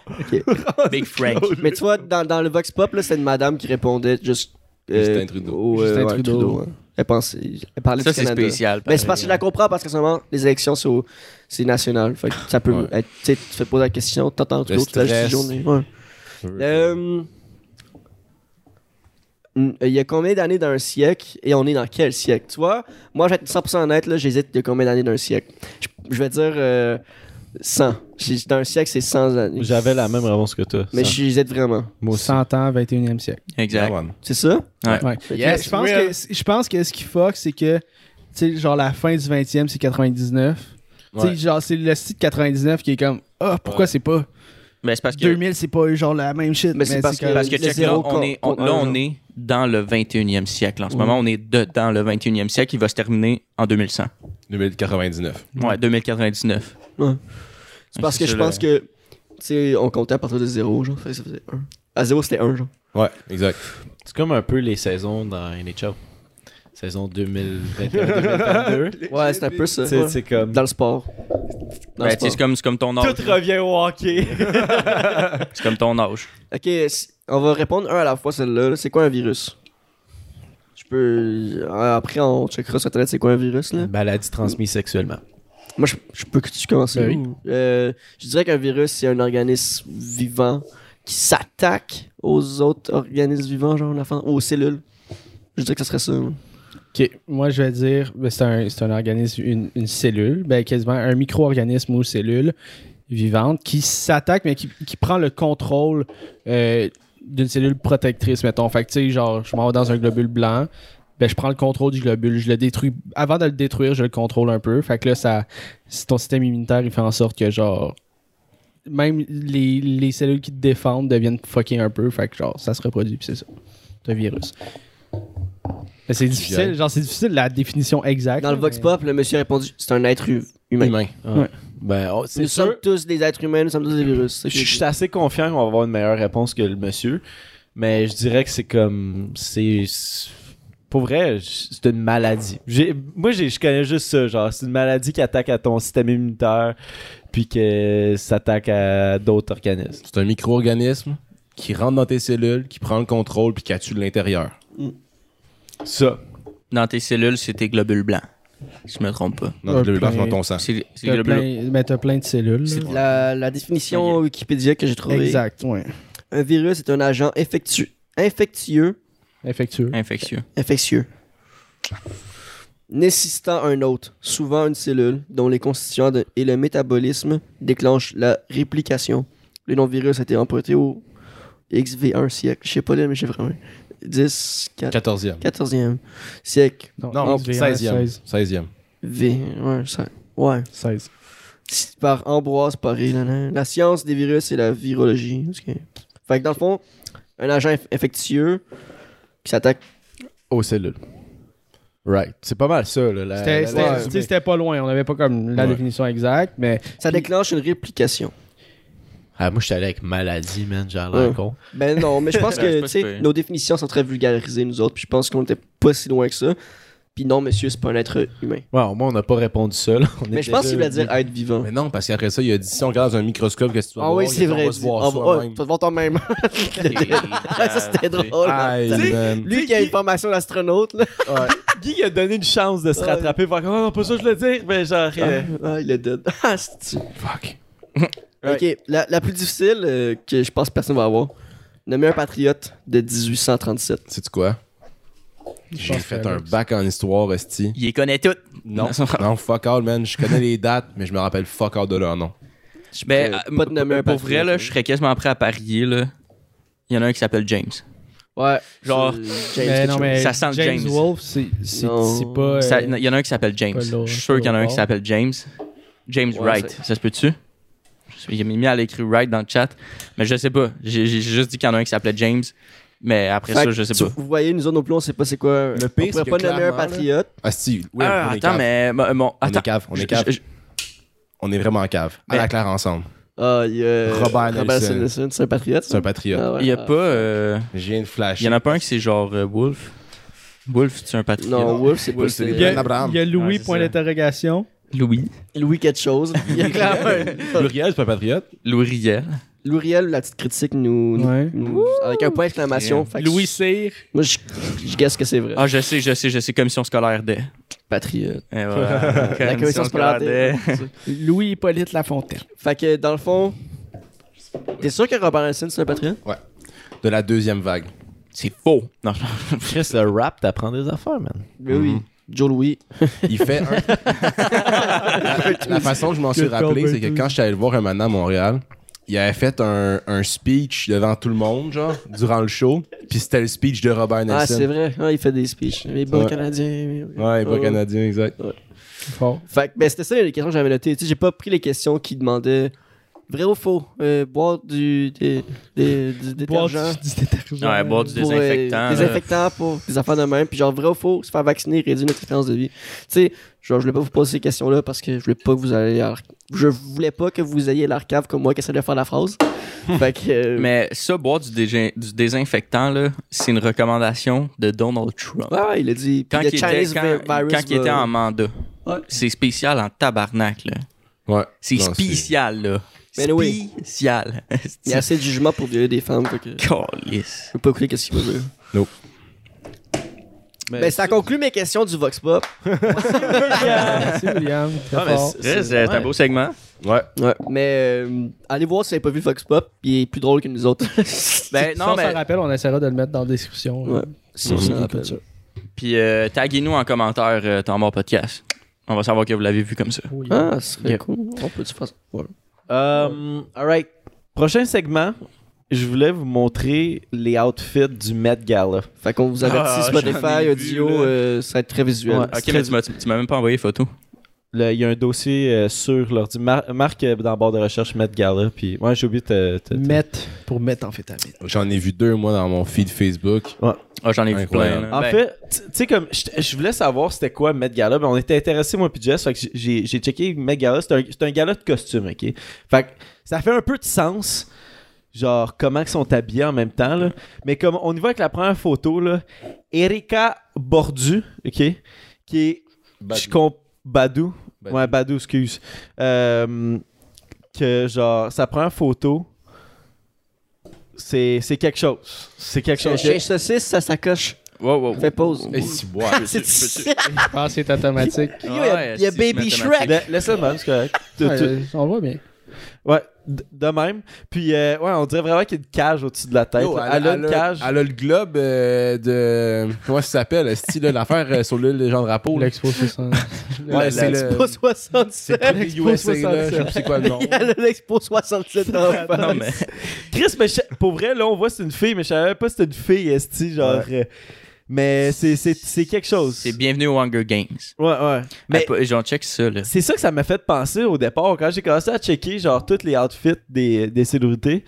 S2: [laughs]
S3: Big Frank.
S2: mais tu vois, dans, dans le Vox Pop, là, c'est une madame qui répondait juste.
S5: Justin Trudeau.
S2: au, euh,
S4: Justin
S2: ouais,
S4: Trudeau.
S2: hein. Elle, pensait, elle parlait
S3: Ça,
S2: du
S3: c'est
S2: Canada.
S3: spécial.
S2: Mais c'est parce que je la comprends parce qu'en ce moment, les élections, c'est, au- c'est national. Fait que ça peut
S5: Ouais.
S2: être- tu sais, tu te fais poser la question, t'entends tout
S5: Le
S2: toute la
S5: stress.
S2: journée. Ouais. Euh, mm, il y a combien d'années dans un siècle et on est dans quel siècle? Tu vois, moi, je vais être 100% honnête, là, j'hésite de combien d'années d'un siècle. Je, je vais dire euh, 100. J'ai- Dans un siècle, c'est 100 années.
S1: J'avais la même réponse que toi.
S2: Mais
S1: ça.
S2: j'hésite vraiment.
S1: Moi aussi.
S4: 100 ans, 21e siècle.
S3: Exact.
S5: Ouais, man.
S2: C'est ça?
S4: Ouais.
S2: Yes,
S4: je, pense que, je pense que ce qui fuck, c'est que, tu sais, genre, la fin du 20e, c'est 99. Tu sais,
S5: Ouais.
S4: genre, c'est le site 99 qui est comme, ah, pourquoi c'est pas.
S3: Mais Ben, c'est parce que.
S4: 2000, c'est pas genre la même shit.
S2: Mais c'est parce que-
S4: comme-
S3: Parce que
S2: Le
S3: check, là,
S2: zéro
S3: on est, on-
S2: contre un,
S3: là, on
S2: genre.
S3: est dans le 21e siècle. En ce moment, on est dedans le 21e siècle. Il va se terminer en 2100.
S5: 2099.
S3: Ouais, 2099.
S2: Ouais.
S3: Tu
S2: C'est parce que je
S3: sûr,
S2: pense que, tu sais, on comptait à partir de zéro, genre. Fait que ça faisait un. À zéro, c'était un, genre.
S5: Ouais, exact.
S1: C'est comme un peu les saisons dans NHL. Saison
S2: [laughs]
S1: 2021-2022.
S2: Ouais, c'est un peu ça.
S1: c'est
S2: ouais.
S1: c'est comme.
S2: Dans le sport. Dans le
S3: Ben, tu sais,
S2: sport.
S3: c'est comme, c'est comme ton âge.
S1: Tout revient au hockey.
S2: [laughs]
S3: C'est comme ton âge.
S2: Ok, si- on va répondre un à la fois celle-là. là. C'est quoi un virus Je peux. euh, Après, on checkera sur internet c'est quoi un virus là.
S1: Une maladie transmise sexuellement.
S2: Moi, je, je peux que tu commences.
S4: Ben oui.
S2: ou- Euh, je dirais qu'un virus, c'est un organisme vivant qui s'attaque aux autres organismes vivants, genre la fin- aux cellules. Je dirais que ce serait ça. moi.
S4: Ok, moi je vais dire, ben, c'est un, c'est un organisme, une, une cellule, ben, quasiment un micro-organisme ou cellule vivante qui s'attaque, mais qui, qui prend le contrôle euh, d'une cellule protectrice, mettons. Fait que, tu sais, genre, je m'en vais dans un globule blanc, ben, je prends le contrôle du globule, je le détruis. Avant de le détruire, je le contrôle un peu. Fait que là, ça, si ton système immunitaire, il fait en sorte que, genre, même les, les cellules qui te défendent deviennent fucking un peu. Fait que, genre, ça se reproduit, puis c'est ça. C'est un virus. Mais c'est difficile, genre, c'est difficile la définition exacte.
S2: Dans le
S4: là,
S2: Vox
S4: mais-
S2: Pop, le monsieur a répondu c'est un être hu- humain.
S1: Ouais. Ben, on-
S2: Nous
S1: c'est
S2: sommes
S1: sûr.
S2: tous des êtres humains, nous sommes tous des virus. C'est ce
S1: Je
S2: que je
S1: suis
S2: dis.
S1: assez confiant qu'on va avoir une meilleure réponse que le monsieur. Mais je dirais que c'est comme. C'est. c'est- Pour vrai, j- c'est une maladie. J'ai- Moi, j'ai- je connais juste ça. Genre, c'est une maladie qui attaque à ton système immunitaire, puis que s'attaque à d'autres organismes.
S5: C'est un micro-organisme qui rentre dans tes cellules, qui prend le contrôle puis qui la tue de l'intérieur.
S1: Ça.
S3: Dans tes cellules, c'est tes globules blancs. Je me trompe pas.
S5: Dans
S4: Un
S5: le
S4: plein-
S5: dans ton sang.
S3: C'est c'est les
S4: T'as
S3: globules.
S4: plein, mais t'as plein de cellules. là.
S2: La, la définition Wikipédia que j'ai trouvée.
S4: Exact, ouais.
S2: Un virus est un agent infectieux. Infectieux.
S4: Effectueux.
S3: infectieux.
S2: Infectieux. Nécessitant un hôte, souvent une cellule, dont les constituants de- et le métabolisme déclenchent la réplication. Le nom virus a été emprunté au XV1 siècle. Je sais pas là, mais j'ai vraiment. 10, 4,
S5: 14e.
S2: 14e siècle.
S5: Non,
S4: XVR,
S5: 16e.
S4: 16.
S5: 16e.
S2: V. Ouais, ça- ouais.
S4: 16.
S2: Par Ambroise Paré. là, là. La science des virus et la virologie. Parce que- Fait que dans le fond, un agent inf- infectieux qui s'attaque.
S1: Aux cellules. Right. C'est pas mal ça, là. la-
S4: C'était-
S1: la-
S4: C'était
S1: la-
S4: tu sais, c'était pas loin, on n'avait pas comme la
S5: Euh, Ouais.
S4: définition exacte, mais
S2: Ça déclenche une réplication.
S1: Ah, moi, je suis allé avec maladie, man. J'ai l'air
S2: Ouais.
S1: con.
S2: Ben non, mais je [laughs] pense
S3: Ouais, c'est
S2: que
S3: pas
S2: tu sais,
S3: super.
S2: nos définitions sont très vulgarisées, nous autres. Puis je pense qu'on était pas si loin que ça. Puis non, monsieur, c'est pas un être humain.
S1: Ouais, au moins, on n'a pas répondu ça, là. On
S2: Mais
S1: est
S2: je pense
S1: déjà-
S2: qu'il voulait dire être vivant.
S5: Mais non, parce qu'après ça, il a dit si on regarde dans un microscope, qu'est-ce que tu vas
S2: Ah
S5: voir
S2: oui,
S5: Il a
S2: c'est
S5: dit,
S2: vrai.
S5: On va se
S2: tu-
S5: voir
S2: ah, ouais,
S5: soi-même.
S2: Tu vas te voir
S5: [laughs]
S2: toi-même. [laughs] ça, c'était drôle.
S5: Aïe,
S2: Tu sais,
S5: man.
S2: Lui qui a une formation d'astronaute, là.
S1: Guy il a donné une chance de se
S2: Ouais.
S1: rattraper. Fait que, oh, non, pas ça, je le dire. Mais genre. euh,
S2: Ah, il est dead. [laughs] Ah, c'est
S5: Fuck.
S2: Ok, la, la plus difficile euh, que je pense que personne va avoir. Nommer un patriote de 1837.
S5: Sais-tu quoi
S4: Je
S5: J'ai
S4: pense
S5: fait
S4: que
S5: un
S4: Alex-
S5: bac en histoire, Esti.
S3: Il les connaît toutes.
S5: Non,
S3: Non.
S5: non, fuck all, man. Je connais les dates, mais je me rappelle fuck all de leur nom.
S2: Je
S3: Ben,
S2: pourrais
S3: euh,
S2: pas te nommer un
S3: pour
S2: patriote, hein.
S3: vrai, là,
S2: là.
S3: je serais quasiment prêt à parier. Là. Il y en a un qui s'appelle James.
S2: Ouais.
S3: Genre-
S2: c'est James
S4: Mais
S2: quelque
S4: non,
S2: chose.
S4: mais
S3: Ça sent le
S4: James,
S3: James.
S4: Wolfe, c'est c'est-
S2: Non.
S4: c'est pas. euh,
S3: Ça- il y en a un qui s'appelle James.
S4: pas
S3: Je
S4: lourd,
S3: suis sûr qu'il y en a un
S4: pas
S3: qui s'appelle James. James
S2: Ouais,
S3: Wright.
S2: c'est-
S3: Ça se peut-tu? Je sais- Il m'a mis à l'écrit Wright dans le chat. Mais je sais pas. J'ai j'ai juste dit qu'il y en a un qui s'appelait James. Mais après
S2: Fait
S3: ça,
S2: que
S3: je sais
S2: tu-
S3: pas.
S2: Vous voyez, nous autres non plus, on sait pas c'est quoi.
S5: Le pire,
S2: on pourrait
S5: c'est que
S2: pas nommer un
S5: clairement, là-
S2: patriote.
S5: Esti, oui,
S3: Ah,
S5: on est
S3: attends,
S5: cave.
S3: mais. mon- mon-
S5: On
S3: attends.
S5: est cave, on
S3: Je-
S5: est cave.
S3: je- je-
S5: On est vraiment en cave. À
S3: Mais-
S5: la claire ensemble.
S2: Ah, il y a-
S5: Robert Nelson.
S2: Nelson, c'est un patriote.
S5: C'est
S2: ça?
S5: un patriote.
S2: Ah ouais.
S3: Il y a
S2: Ah.
S3: pas. euh,
S5: J'ai une flash.
S3: Il y en a pas un qui c'est genre euh, Wolf. Wolf, tu es un patriote.
S2: Ah. Non, Wolf, c'est pas
S5: Wolf, c'est
S2: c'est
S5: les
S4: Il y a,
S5: Ben Abraham.
S4: il y a Louis,
S3: Ouais, c'est
S4: point
S3: ça.
S4: d'interrogation.
S3: Louis.
S2: [laughs] Louis quelque chose. Il y a clairement.
S5: Pluriel, c'est pas un patriote.
S3: Louis Riel.
S2: L'Ouriel, la petite critique, nous. nous-
S4: Ouais.
S2: nous- avec un point d'exclamation. Fait que
S4: Louis Cyr.
S2: je- Moi, je, je guesse que c'est vrai.
S3: Euh, Ah, je sais, je sais, je sais. Commission scolaire des. Euh,
S2: Patriote.
S3: Et voilà.
S2: La commission scolaire des.
S4: Louis Hippolyte Lafontaine.
S2: Fait que dans le fond. T'es sûr que Robert Nelson, c'est un patriote?
S5: De la deuxième vague.
S3: C'est faux. Non,
S1: Chris, le rap, t'apprends des affaires, man.
S2: Mais Ben oui. Joe Louis.
S5: Il fait [laughs] un. la, la façon que je m'en suis
S4: Que
S5: rappelé, c'est
S4: Colbert.
S5: que quand je suis allé le voir un matin à Montréal, il avait fait un, un speech devant tout le monde, genre, durant le show. Puis c'était le speech de Robert Nelson.
S2: Ah, c'est vrai. Ah, il fait des speeches. Les bons
S5: Ouais.
S2: Canadiens.
S5: Ouais, il est pas
S2: Oh.
S5: canadien, exact.
S4: Fort.
S2: Fait que, ben, c'était ça les questions que j'avais notées. Tu sais, j'ai pas pris les questions qui demandaient Vrai ou faux? Euh, boire du, des, des- du
S4: Boire
S2: détergent.
S4: du, du détergent.
S3: Ouais, boire du
S2: pour, euh,
S3: désinfectant. là.
S2: désinfectant pour des affaires de même. Puis genre, vrai ou faux, se faire vacciner réduit notre espérance de vie. Tu sais, genre, je voulais pas vous poser ces questions-là parce que je voulais pas que vous ayez l'air- Je voulais pas que vous ayez l'arcave comme moi qui essaie de faire la phrase.
S3: [laughs]
S2: fait que. euh,
S3: Mais ça, boire du, dégin- du désinfectant, là, c'est une recommandation de Donald Trump.
S2: Ouais, ouais, il a dit.
S3: Quand,
S2: puis le
S3: il était,
S2: Chinese
S3: quand-
S2: virus
S3: quand il
S2: va-
S3: était en mandat.
S2: Ouais.
S3: C'est spécial en tabarnak, là.
S5: Ouais.
S3: C'est
S5: Non,
S3: spécial, là.
S2: Mais anyway.
S3: Spécial. [laughs]
S2: Il y a assez de jugement pour violer des femmes. Fait que je
S3: Calisse.
S2: peux pas écouter qu'est-ce qu'il veut dire.
S1: Mais-
S2: Ben, ça conclut mes questions du Vox Pop.
S4: Merci, William. Très
S1: Ah, mais
S4: fort.
S1: c'est-
S3: C'est
S1: c'est-
S3: c'est un
S1: ouais.
S3: beau segment.
S5: Ouais.
S2: Ouais. Mais euh, allez voir si vous avez pas vu Vox Pop. Il est plus drôle que nous
S3: [laughs]
S2: autres. [laughs]
S3: Ben,
S4: Si
S3: non,
S4: on s'en
S3: mais.
S4: rappelle, on essaiera de le mettre dans la description. euh, là.
S2: Ouais. si on s'en rappelle.
S3: Puis euh, taguez-nous en commentaire euh, ton mort podcast. On va savoir que vous l'avez vu comme ça.
S4: Oui.
S2: Ah, ce serait
S3: Yeah.
S2: cool. On peut-tu faire ça? Voilà.
S1: Um, all right. Prochain segment, je voulais vous montrer les outfits du Met Gala.
S2: Fait qu'on vous avertit
S3: Ah, j'en ai
S2: Spotify,
S3: vu,
S2: audio,
S3: là.
S2: euh, ça va être très visuel.
S1: Ouais.
S3: Ok,
S1: c'est
S3: mais
S1: très-
S3: tu m'as- tu m'as même pas envoyé photo.
S1: Là, Il y a un dossier euh, sur l'ordi. Mar- Marc euh, dans le bord de recherche Met Gala. Puis, ouais, j'ai oublié de te. te- te-
S4: Mettre pour mettre en fait à mettre.
S5: J'en ai vu deux, moi, dans mon feed Facebook.
S3: Ah, j'en ai vu plein.
S5: Incroyable.
S3: là.
S1: En
S3: Ben,
S1: fait, tu tu sais, comme je je voulais savoir c'était quoi Met Gala, mais on était intéressés, moi puis Jess, fait que j'ai j'ai checké Met Gala, c'est un, c'est un gala de costume, ok? Fait que ça fait un peu de sens, genre comment ils sont habillés en même temps, là. Mais comme on y va avec la première photo, là, Erika Bordu, ok? Qui est.
S5: Badou.
S1: je comp- Badou.
S5: Badou.
S1: Ouais, Badou, excuse. Euh, que genre, sa première photo, c'est c'est quelque chose. C'est quelque
S2: Chez
S1: chose.
S2: chez Saucisse, ça s'acoche.
S3: wow, wow.
S2: Fais pause.
S5: Et si, ouais. [laughs]
S2: C'est
S3: peux-tu-
S4: Ah, c'est automatique.
S2: Il y a,
S3: Ah Ouais,
S2: il y a
S3: si,
S2: Baby
S3: c'est
S2: Shrek.
S1: La- Laisse-le même, c'est correct. Tu- tu-
S4: Ouais, on le voit bien.
S1: Ouais, d- de même. Puis, euh, ouais, on dirait vraiment qu'il y a une cage au-dessus de la tête.
S5: Yo,
S1: là. elle, a une cage.
S5: Elle a hein. le globe euh, de. Comment ça s'appelle, style l'affaire euh, sur l'île des gens de Rapeau? là?
S4: L'expo 60.
S5: Ouais, c'est
S2: L'Expo
S5: le.
S2: 67.
S5: C'est l'Expo USA, là, je sais plus c'est quoi le [laughs] nom.
S2: [laughs] Il y a l'Expo 67 en [laughs] face.
S3: [laughs] Non, mais.
S1: Chris, mais je- pour vrai, là, on voit c'est une fille, mais je savais pas c'était une fille, esti, genre. euh, mais c'est- c'est c'est quelque chose.
S3: C'est bienvenu au Hunger Games.
S1: Ouais, ouais. Mais
S3: Mais. J'en check ça, là.
S1: c'est ça que ça m'a fait penser au départ. Quand j'ai commencé à checker, genre, tous les outfits des, des célébrités,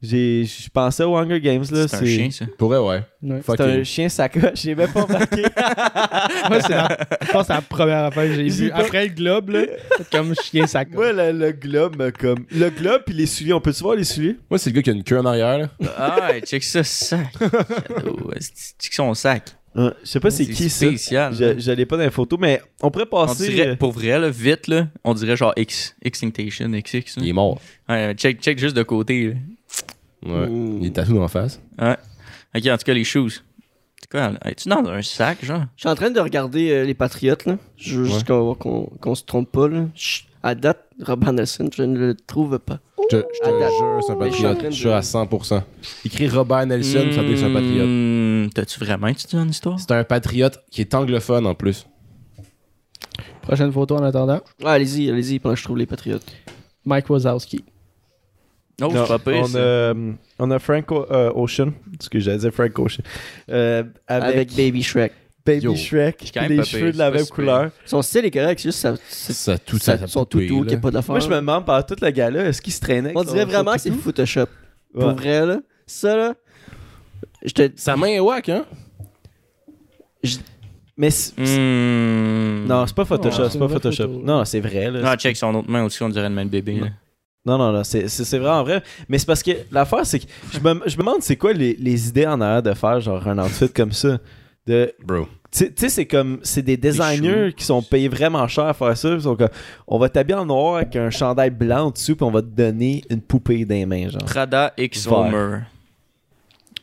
S1: j'ai- je pensais aux Hunger Games, là.
S3: C'est un chien, ça.
S5: Pour vrai, ouais.
S4: Ouais.
S1: C'est
S5: Fucking-
S1: un chien sacoche, j'ai même pas remarqué.
S4: Moi, c'est la, je pense que c'est la première affaire que
S1: J'ai
S4: j'ai vue.
S1: pas-
S4: Après le globe, là, c'est comme chien sac.
S1: [laughs] Moi, le, le globe, me comme. Le globe, puis les souliers, on peut-tu voir les souliers?
S5: Moi, c'est le gars qui a une queue en arrière, là.
S3: Ah, ouais, check ça, sac.
S2: [laughs]
S3: Shadow, esti, Check son sac.
S1: Ouais, Hein, je sais pas c'est qui ça.
S3: spécial.
S1: Je, je l'ai pas dans les photos, mais on pourrait
S3: On
S1: passer.
S3: dirait,
S1: euh,
S3: pour vrai, là, vite, là, on dirait genre X, Extinction, XX. là.
S5: Il est mort.
S3: Ouais, check, check juste de côté. là.
S5: Ouais.
S2: Ouh.
S5: Il est tatoué en face.
S3: Ok, en tout cas, les shoes. C'est quoi, là? Es-tu dans un sac, genre?
S2: Je suis en train de regarder euh, Les Patriotes, là. Je veux juste
S5: Ouais.
S2: qu'on qu'on- qu'on se trompe pas, là. Chut. À date, Robert Nelson, je ne le trouve pas.
S5: Je te je
S2: Attends.
S5: te jure, c'est un
S2: Mais je suis en
S5: patriote.
S2: train
S5: Je
S2: de-
S5: suis à 100%. Écrit Robert Nelson, ça veut dire que c'est un
S2: Hmm.
S5: patriote.
S3: patriote. Hmm, T'as-tu vraiment étudié en histoire?
S5: C'est un patriote qui est anglophone en plus.
S4: Prochaine photo en attendant.
S2: Ouais, allez-y, allez-y, pendant que je trouve Les Patriotes.
S4: Mike Wazowski.
S3: Non,
S1: non,
S3: c'est pas pire,
S1: on,
S3: ça.
S1: a, on a Frank O- euh, Ocean, ce que j'allais dire Frank Ocean, Euh, avec,
S2: Avec, Baby Shrek.
S1: Baby
S5: Yo.
S1: Shrek,
S3: C'est quand même
S1: les
S3: pas
S1: cheveux
S3: pire,
S1: de la
S3: c'est pas
S1: même
S3: si
S1: couleur.
S2: Son style est correct, c'est juste sa- sa-
S5: Ça, tout
S2: sa-
S5: ça, ça
S2: son
S5: poupée,
S2: toutou
S5: là.
S2: qui n'a pas d'affaire.
S1: Moi, je me demande par toute la gala, est-ce qu'il se traînait avec
S2: On
S1: son-
S2: dirait
S1: son
S2: vraiment que c'est
S1: toutou?
S2: du Photoshop. Pour
S1: Ouais.
S2: vrai, là. Ça, là. Je te.
S5: Sa main est wack, hein?
S1: Mais c'est-
S3: Hmm.
S1: non, c'est pas Photoshop,
S4: Ouais,
S1: c'est pas
S4: une vraie
S1: Photoshop.
S4: photo.
S1: Non, c'est vrai. Là.
S3: Non, check son autre main aussi, on dirait le même bébé. là.
S1: Non, non, non, c'est c'est- c'est vraiment vrai. Mais c'est parce que l'affaire, c'est que je me, je me demande c'est quoi les, les idées en arrière de faire genre un outfit comme ça. De
S5: Bro.
S1: Tu sais- tu sais, c'est comme. C'est des designers qui sont payés vraiment cher à faire ça. Ils sont comme. On va t'habiller en noir avec un chandail blanc en dessous, puis on va te donner une poupée dans les mains, genre.
S3: Prada X
S1: Vert.
S3: Homer.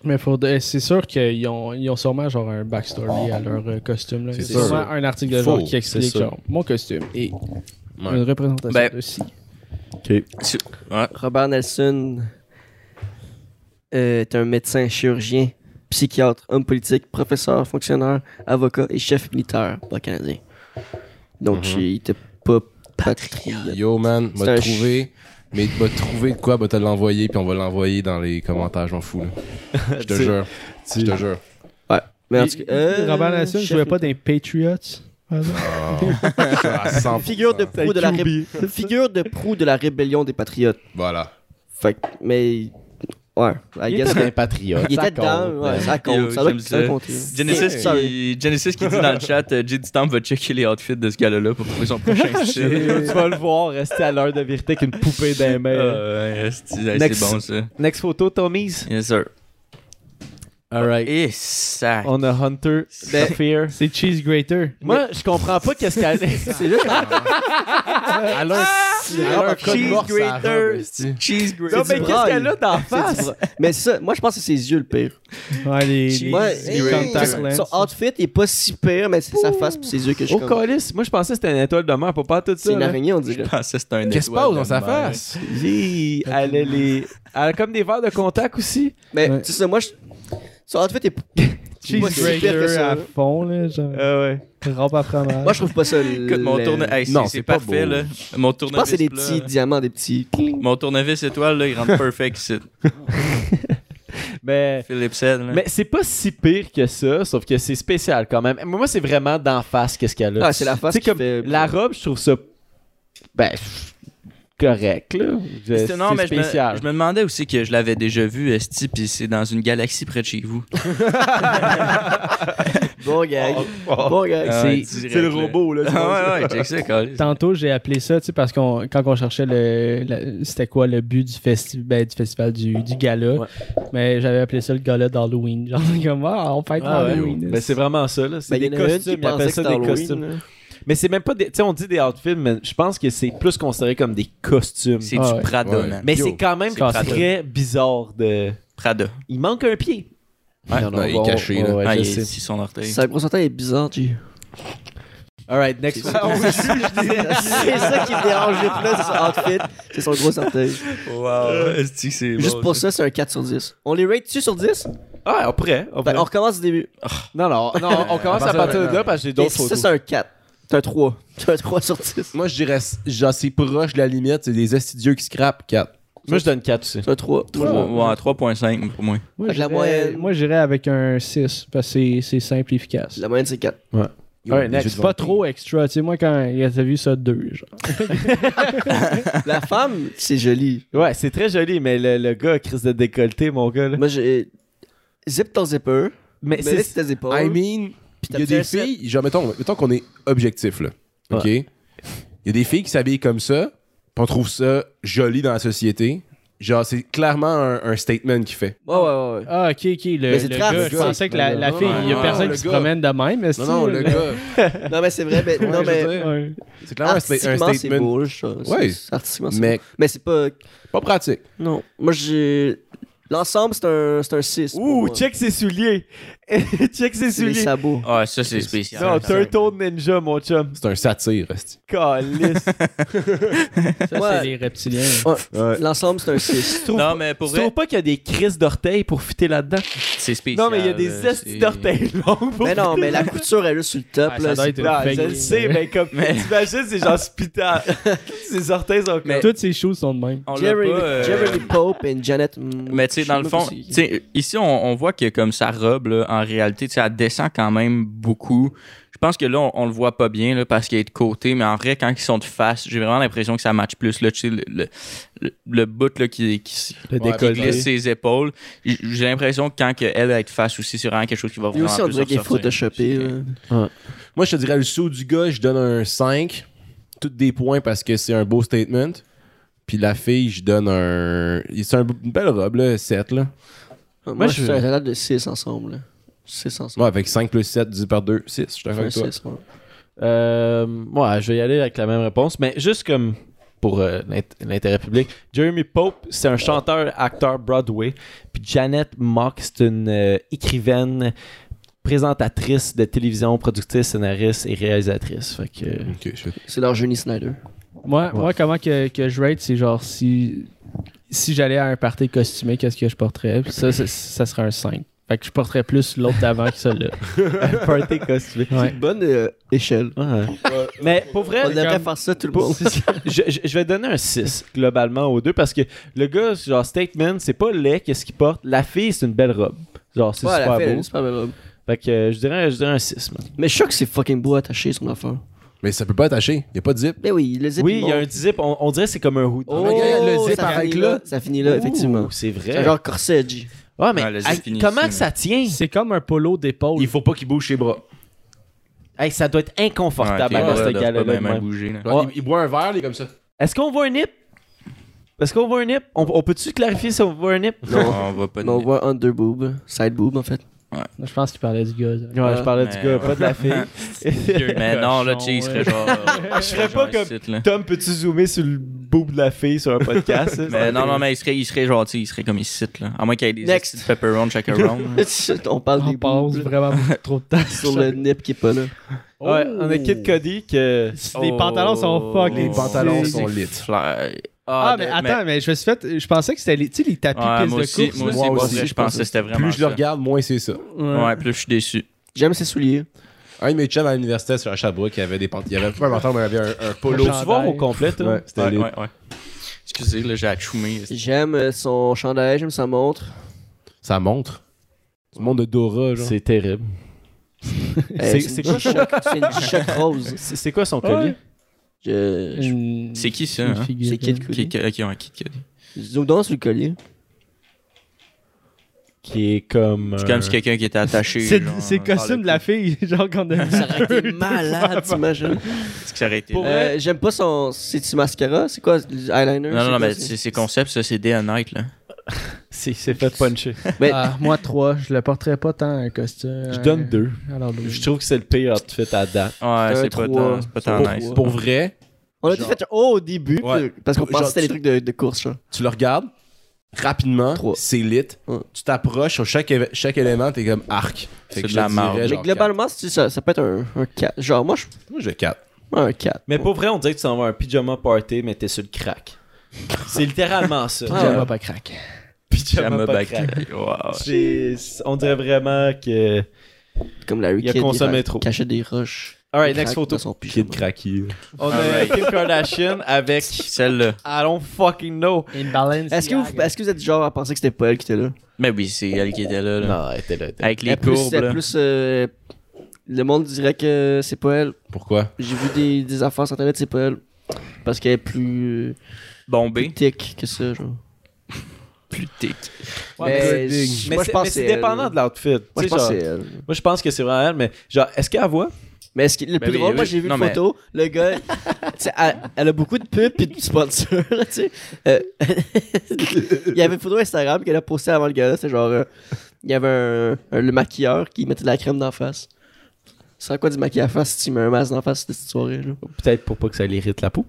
S4: Mais faut de- c'est sûr qu'ils ont, ils ont sûrement genre un backstory à leur euh, costume. là.
S5: C'est
S4: C'est
S5: sûr.
S4: sûrement un article de genre
S5: Faux,
S4: qui explique
S1: c'est sûr.
S4: genre mon costume et
S5: Ouais.
S4: une représentation
S3: Ben,
S4: de ci.
S3: Su- Ouais.
S2: Robert Nelson euh, est un médecin, chirurgien, psychiatre, homme politique, professeur, fonctionnaire, avocat et chef militaire pas canadien. Donc, il était pas patriote.
S5: Yo, man,
S2: C'est un
S5: m'a trouvé. Mais m'a trouvé de quoi, bah te l'envoyer, puis on va l'envoyer dans les commentaires, je m'en fous, là. Je
S2: [laughs]
S5: te
S1: Tu-
S5: jure. Je te jure.
S2: Mais en tout cas, euh,
S4: Robert Nelson
S2: chef
S4: jouait pas
S2: militaire.
S4: dans les Patriots. par exemple.
S5: Ah.
S2: Figure de proue de la ré-
S4: QB.
S2: figure de proue de la rébellion des patriotes.
S5: Voilà.
S2: Fait que- mais ouais,
S1: [laughs]
S2: I
S1: Il
S2: guess
S1: était
S2: que-
S1: un patriote.
S2: il
S1: ça
S2: était dedans,
S1: compte,
S2: ouais,
S1: man.
S2: ça
S3: Yo,
S2: compte, ça doit
S3: j'aime
S2: que ça
S3: ça.
S2: compte.
S3: Genesis qui, Genesis qui dit dans le chat, euh, J.D. Stamp va checker les outfits de ce gars-là pour trouver son prochain Ah, fichier.
S1: tu vas le voir rester à l'heure de vérité avec une poupée d'un
S3: Euh, esti, hey, c'est
S1: Ben, Next.
S3: bon ça.
S1: Next photo, Tommy's.
S3: Yes, sir.
S1: Alright.
S3: Et sac.
S1: On a Hunter,
S3: Ben-
S1: Sapphire.
S4: C'est Cheese Grater.
S1: Moi, je comprends pas qu'est-ce qu'elle [laughs] C'est
S5: Elle a un code mort, sa robe, esti.
S3: Cheese
S1: Non,
S3: grater.
S1: mais qu'est-ce qu'elle a dans la
S2: C'est
S1: face?
S2: du bra- mais ça, moi je pense que c'est ses yeux le pire.
S4: Ouais, les, les,
S2: Moi,
S4: les
S2: euh,
S4: contact
S2: son-
S4: lens.
S2: son outfit est pas si pire, mais c'est sa face puis ses yeux que je
S1: Au
S2: comprends.
S1: colis, moi je pensais que c'était une étoile de mer, pas pas tout
S2: C'est
S1: ça.
S2: une
S1: là.
S2: araignée on
S3: Je
S2: dirait.
S3: pensais que c'était un
S5: Qu'est-ce qui se
S3: étoile
S5: passe
S3: de
S5: dans sa
S3: mer.
S5: face?
S1: Yee, elle a les. Elle a comme des verres de contact aussi.
S2: Mais
S4: Ouais.
S2: c'est ça, moi je son outfit est
S4: Cheese
S2: Moi, c'est pire que
S4: Grater
S2: ça,
S4: à
S2: là.
S4: fond, là. Genre,
S1: Ah ouais.
S4: rampe à fromage.
S2: moi je trouve pas ça.
S3: [laughs] Écoute, mon
S2: laid.
S3: tourne... Hey, c'est-
S5: Non,
S3: c'est
S5: c'est pas
S3: parfait,
S5: beau.
S3: là. Mon
S2: Je pense
S3: tournevis,
S2: que c'est des
S3: là,
S2: petits diamants, des
S3: [laughs]
S2: petits.
S3: Mon tournevis étoile, là, il rentre perfect [laughs] ici.
S1: Mais.
S3: Philippe said, là.
S1: Mais c'est pas si pire que ça, sauf que c'est spécial quand même. Moi, c'est vraiment d'en face qu'est-ce qu'elle a.
S2: Ah, c'est la face
S1: Tu sais,
S2: qui
S1: comme
S2: fait-
S1: la robe, je trouve ça ben pff, correct là. Je-
S3: C'est- non, mais
S1: C'est
S3: je me,
S1: spécial.
S3: je me demandais aussi que je l'avais déjà vu, Esti, puis c'est dans une galaxie près de chez vous.
S2: Bon gag. Bon Ben, gag.
S3: Oh, Ah, ouais, direct, là. [laughs]
S1: là.
S3: Ah, ouais, ouais, check ça, câlisse.
S4: Tantôt, j'ai appelé ça, tu sais, parce qu'on quand on cherchait le, la- c'était quoi le but du, festi ben, du festival du, du gala,
S1: Ouais.
S4: mais j'avais appelé ça le gala d'Halloween. [laughs] Genre comme ah, on fête
S1: Ah ouais,
S4: Halloween.
S1: Ben, c'est vraiment ça là, c'est
S2: Ben, il y
S1: des
S2: en a une qui
S1: costumes, ils
S2: pensait
S1: appellent
S2: que
S1: ça
S2: c'était
S1: des
S2: Halloween,
S1: costumes.
S2: là.
S1: Mais c'est même pas des tu sais on dit des outfits mais je pense que c'est plus considéré comme des costumes.
S3: C'est
S4: Ah
S3: du
S4: ouais.
S3: Prada,
S5: Ouais.
S3: man.
S1: Mais
S5: Yo,
S1: c'est quand même
S4: c'est pratique.
S1: très bizarre de
S3: Prada.
S1: il manque un pied.
S5: Ouais, non, il est caché, là.
S1: ouais,
S3: ah,
S1: je
S3: il
S1: sais.
S3: est ici, son orteil.
S2: Sa grosse antenne est
S1: [laughs]
S2: bizarre, tu
S1: All right, next photo.
S2: C'est ça qui me dérange le plus, ce outfit. C'est son gros orteil.
S3: Wow, Esti, c'est bon.
S2: Juste pour ça, c'est un 4 sur 10. On les rate-tu sur 10?
S1: [laughs] Ah, on pourrait. on
S2: Fait,
S1: pourrait.
S2: on recommence du début.
S1: Non, non, non, on commence à partir de là parce que j'ai
S2: Et
S1: d'autres
S2: ça,
S1: photos.
S2: c'est un 4. C'est un 3. C'est un 3 sur 10.
S5: Moi, je dirais, genre, c'est proche de la limite, c'est des estidieux qui scrapent 4.
S1: Moi, je donne 4 aussi.
S2: C'est un 3.
S3: Trois- ouais, 3.5 pour moi.
S4: Moi,
S2: Fait que la
S4: j'irais-
S2: moyenne-
S4: moi, j'irais avec un 6 parce que c'est- c'est simple et efficace.
S2: La moyenne, c'est 4.
S1: Ouais, next.
S4: C'est pas trop extra, tu sais, moi quand il avait vu ça 2, genre.
S2: La femme, c'est joli.
S1: Ouais, c'est très joli, mais le, le gars, crise de décolleté, mon gars. là.
S2: Moi, j'ai. Zip ton zipper.
S1: Mais
S2: Mais
S1: c'est-
S2: laisse tes épaules.
S5: I mean, il y a des filles, genre, mettons, mettons qu'on est objectif, là. OK? Il y a des filles qui s'habillent comme ça, pis on trouve ça joli dans la société. Genre, c'est clairement un, un statement qu'il fait.
S2: Ouais, ouais, ouais. ouais.
S4: Ah, ok, ok, le,
S2: Mais c'est
S4: le
S2: très
S4: gars, je
S2: artistique,
S4: pensais que
S2: le
S4: la,
S2: gars.
S4: la fille, il y a
S5: Non,
S4: personne
S5: le
S4: qui se
S5: gars.
S4: promène de même, mais
S5: Non, non, le gars.
S2: Non, mais c'est vrai. Mais, non,
S5: Ouais, je
S2: mais.
S5: veux dire,
S4: Ouais.
S5: C'est clairement un, sta- un
S2: Artistiquement, c'est
S5: statement.
S2: beau, je trouve.
S5: Ouais.
S2: C'est- Artistiquement, c'est
S5: Mais
S2: beau. Mais c'est pas.
S5: pas pratique.
S2: Non. Moi, j'ai. L'ensemble, c'est un, c'est un 6.
S1: Ouh, check ses souliers. [laughs] check ses
S2: C'est
S1: souliers.
S2: les sabots.
S3: Ah, ça, c'est spécial.
S1: Non, Turtle Ninja, mon chum.
S5: C'est un satire, esti.
S1: Calice.
S4: Ça,
S2: Ouais.
S4: c'est les reptiliens.
S2: L'ensemble, c'est un 6.
S1: Tu trouves
S3: Non,
S1: pas-
S3: mais
S1: [laughs]
S3: pour
S1: tu
S3: vrai,
S1: trouves pas qu'il y a des crises d'orteils pour fitter là-dedans?
S3: c'est spécial.
S1: Non, mais il y a des
S3: euh,
S1: estis
S3: c'est-
S1: d'orteils longs pour
S2: mais non,
S1: fitter
S2: mais la
S1: là-dedans.
S2: couture, elle est juste sur le top.
S4: Ah,
S2: là,
S4: ça doit
S2: c'est-
S4: être une
S1: Non, je
S4: fake.
S1: le sais, mais comme.
S3: Mais-
S1: T'imagines, c'est genre [laughs] spital. Ses orteils sont comme.
S3: Mais-
S4: Toutes ces choses sont de même.
S3: On l'a
S2: Jeremy,
S3: pas, euh,
S2: Jeremy Pope et Janet.
S3: Mais tu sais, dans le fond, tu sais, ici, on, on voit que comme sa robe, là, en réalité, tu sais, elle descend quand même beaucoup. Je pense que là, on, on le voit pas bien là, parce qu'il est de côté, mais en vrai, quand ils sont de face, j'ai vraiment l'impression que ça match plus. Là, tu sais, le, le, le, le bout là, qui, qui, s-
S1: Le
S5: Ouais,
S3: qui
S5: décolleté.
S3: glisse ses épaules, j- j'ai l'impression que quand que elle est de face aussi, c'est vraiment quelque chose qui va
S2: Il
S3: vraiment
S2: aussi, on
S3: plus
S2: dirait qu'il est
S3: ressortir.
S2: photoshopé. là.
S5: Moi, je te dirais, le saut du gars, je donne un 5. Toutes des points parce que c'est un beau statement. Puis la fille, je donne un. C'est un- une belle robe, là, 7, là.
S2: Ah, Moi, je
S1: je-
S2: suis un total de 6 ensemble. là. 6 ensemble.
S5: Ouais, avec 5 plus 7, 10 par 2, 6. Je suis d'accord
S2: Enfin,
S5: avec toi.
S2: six, ouais.
S1: Euh, ouais, je vais y aller avec la même réponse, mais juste comme pour euh, l'int- l'intérêt public, Jeremy Pope, c'est un chanteur, acteur Broadway, puis Janet Mock, c'est une euh, écrivaine, présentatrice de télévision, productrice, scénariste et réalisatrice. Fait que euh,
S5: Ok, je
S2: C'est leur Johnny Snyder.
S4: Moi,
S1: Ouais.
S4: moi comment que, que je rate, c'est genre si, si j'allais à un party costumé, qu'est-ce que je porterais? Puis ça, ça, ça serait un 5. Fait que je porterais plus l'autre d'avant que celui-là.
S1: party costumé.
S4: Ouais.
S2: Bonne euh, échelle.
S1: Ouais. Mais pour vrai,
S2: On devrait
S4: comme-
S2: faire ça tout le monde.
S1: [laughs] je, je- je vais donner un 6 globalement aux deux parce que le gars, genre statement, c'est pas laid qu'est-ce qu'il porte. La fille, c'est une belle robe. Genre, c'est
S2: Ouais,
S1: super
S2: la fille,
S1: beau.
S2: c'est super beau.
S1: Fait que euh, je, dirais, je dirais un 6, man.
S2: Mais je suis sûr que c'est fucking beau attaché son affaire.
S5: Mais ça peut pas attacher. Il n'y a pas de zip.
S2: Ben oui, le zip.
S1: Oui,
S2: il
S1: il y a
S2: monte.
S1: un Ah, zip, on, on dirait que c'est comme un hoodie.
S2: Oh,
S5: Regarde, le zip
S2: ça
S5: arrête
S2: finit
S5: là.
S2: Ça finit là, effectivement.
S1: Ouh, C'est vrai.
S2: C'est genre corset, G.
S1: Ouais, mais
S3: Ouais, le zip
S1: hey,
S3: finit
S1: comment
S3: ici,
S1: que ça tient?
S4: [laughs] C'est comme un polo d'épaule.
S5: Il faut pas qu'il bouge ses bras.
S1: Hey, ça doit être inconfortable
S3: Ah, Ouais,
S1: à
S3: t'es
S1: ce
S3: pas- t'as
S1: gars-là.
S3: pas
S1: de
S3: bien mal
S1: même.
S3: bougé, là.
S5: Genre, il, il boit un verre, il est comme ça.
S1: Est-ce qu'on voit un nip? Est-ce qu'on voit un nip? On, on peut-tu clarifier si on voit un nip?
S3: On va pas
S2: Mais on voit under boob, side boob en fait.
S4: Je pense qu'il parlait du gars. ça.
S1: Ouais, je parlais du
S3: Mais
S1: gars,
S3: ouais.
S1: pas de la fille.
S3: [laughs] Mais non, là, tu
S4: Cochon,
S3: sais, il serait
S4: ouais.
S3: genre.
S1: Je ferais pas comme- Tom, peux-tu zoomer sur le boob de la fille sur un [laughs] podcast? là?
S3: Mais non, non, mais il serait, il serait genre, tu sais, il serait comme ici, là. À moins qu'il y ait des
S2: Next.
S3: petits pepperons chaque round. là.
S2: [laughs] on parle
S4: On
S2: des
S4: passe
S2: boobs là,
S4: vraiment beaucoup trop de temps
S2: sur le nip qui est pas là.
S1: Ouais, on a Kid Cody que.
S4: Les
S3: Oh.
S4: pantalons sont fucking
S5: Les pantalons
S4: sick.
S5: sont
S3: C'est
S5: lit.
S3: fly.
S4: Ah, mais attends, mais... je me suis fait. Je pensais que c'était les, tu sais, les tapis
S3: Ouais,
S4: pistes
S3: moi
S4: de
S3: aussi,
S4: course.
S3: moi
S4: là.
S3: aussi,
S5: Moi
S3: pour
S5: aussi,
S3: vrai,
S5: je
S3: je pensais que c'était vraiment.
S5: Plus je le
S3: ça.
S5: regarde, moins c'est ça.
S4: Ouais.
S3: Ouais, plus je suis déçu.
S2: J'aime ses souliers.
S5: Un de mes chums à l'université sur un Sherbrooke, il y avait des pantalons. Il y avait pas un pantalon, mais il y avait un, un polo.
S1: L'eau voir au complet, toi?
S5: Ouais, c'était
S3: Ouais,
S5: lit.
S3: ouais, ouais. Excusez, là, j'ai achoumé.
S2: J'aime euh, son chandail, j'aime sa montre.
S5: Ça montre. Du monde de Dora, genre.
S1: C'est terrible.
S2: Euh,
S1: C'est-
S2: c'est
S1: c'est
S2: une
S1: quoi-
S2: G-Shock- c'est une G-Shock rose.
S1: C'est c'est quoi son collier?
S2: Je- je-
S4: Une-
S3: C'est qui ça,
S4: une
S3: hein?
S4: figure
S2: C'est Kid
S4: de-
S3: Qui,
S2: Cudi.
S3: qui, qui, ouais, qui, qui,
S2: Zodan sur le collier.
S1: Qui est comme. euh,
S3: C'est comme
S1: un-
S3: si quelqu'un qui était attaché.
S4: C'est
S3: genre,
S4: c'est le
S3: par le
S4: costume
S3: cou.
S4: de la fille, [laughs] genre qu'on
S3: [laughs]
S2: [laughs]
S4: a.
S2: Ça aurait [laughs] été malade, t'imagines?
S3: Est-ce que ça aurait été-
S1: Pour-
S3: Non,
S2: Euh, J'aime pas son. C'est-tu mascara? C'est quoi? Eyeliner?
S3: non,
S2: quoi,
S3: non, mais
S2: c'est-
S3: c'est c'est concept, ça, c'est Day and Night, là.
S1: C'est c'est fait puncher.
S2: Mais-
S4: Ah, moi, 3, je le porterais pas tant un costume.
S1: Je
S4: un-
S1: donne deux.
S4: Alors, oui.
S1: Je trouve que c'est le pire outfit à date.
S3: Ouais, c'est pas
S2: trois.
S3: tant- c'est pas tant
S5: pour,
S3: nice.
S5: pour vrai,
S2: On a dit
S5: Genre-
S2: fait oh au début,
S5: Ouais.
S2: puis- parce qu'on pensait
S5: Genre,
S2: que c'était des
S5: tu-
S2: trucs de, de course. genre.
S5: tu le regardes rapidement,
S2: Trois.
S5: c'est lit.
S2: Ouais.
S5: Tu t'approches sur chaque, éve- chaque élément, t'es comme arc.
S3: C'est
S5: Fait que
S3: de
S5: je
S3: la
S5: dirais
S3: marde.
S5: genre
S2: Mais globalement, c'est- ça, ça peut être un, un 4. Genre, moi, je
S5: quatre. Moi, j'ai 4.
S2: moi, un 4.
S1: Mais pour vrai, on dirait que tu t'en vas à un pyjama party, mais t'es sur le crack. C'est littéralement ça.
S2: Ah,
S4: Pyjama
S1: Genre,
S4: pas crack.
S1: Pyjama
S3: Pyjama
S1: pas
S3: back.
S1: crack.
S3: Wow.
S1: C'est- On dirait vraiment que.
S2: Comme Larry
S1: Il a
S2: Kidd,
S1: consommé
S2: ra-
S1: trop.
S2: cachait des roches.
S1: Alright,
S2: Il
S1: next
S2: craque
S1: photo.
S2: dans son pyjama.
S5: Kid cracky. là.
S1: On a
S3: Alright.
S1: Kim Kardashian avec.
S3: Celle-là.
S1: I don't fucking know.
S4: Imbalance.
S2: Est-ce que, vous- est-ce que vous êtes du genre à penser que c'était pas elle qui était là?
S3: Mais oui, c'est elle qui était là. là.
S1: Non, elle était là. elle était là.
S3: Avec les
S2: Elle plus,
S3: courbes.
S2: elle
S3: là.
S2: plus, euh, le monde dirait que c'est pas elle.
S5: Pourquoi
S2: J'ai vu des, des affaires sur internet, c'est pas elle. Parce qu'elle est plus euh,
S3: Bombé.
S2: tic que ça, genre.
S3: Plus tic.
S2: mais
S1: Mais
S2: moi, je
S1: c'est-
S2: pense
S1: mais
S2: que
S1: c'est
S2: elle.
S1: dépendant de l'outfit.
S2: Moi, je
S1: Tu sais,
S2: pense que
S1: genre,
S2: c'est elle.
S1: Moi, je pense que c'est vraiment elle, mais genre, est-ce qu'elle voit?
S2: Mais est-ce que, le plus
S3: Ben oui,
S2: drôle, moi,
S3: oui.
S2: j'ai vu
S3: Non,
S2: une
S3: mais-
S2: photo, le
S3: [laughs]
S2: gars, tu sais, elle, elle a beaucoup de pubs pis de sponsors, [laughs] là, tu sais. Euh, [laughs] il y avait une photo Instagram qu'elle a postée avant le gars, là, c'est genre, euh, il y avait un, un- le maquilleur qui mettait de la crème d'en face. C'est à quoi du maquillage à face si tu mets un masque d'en face de cette soirée, là?
S1: Peut-être pour pas que ça l'irrite la peau.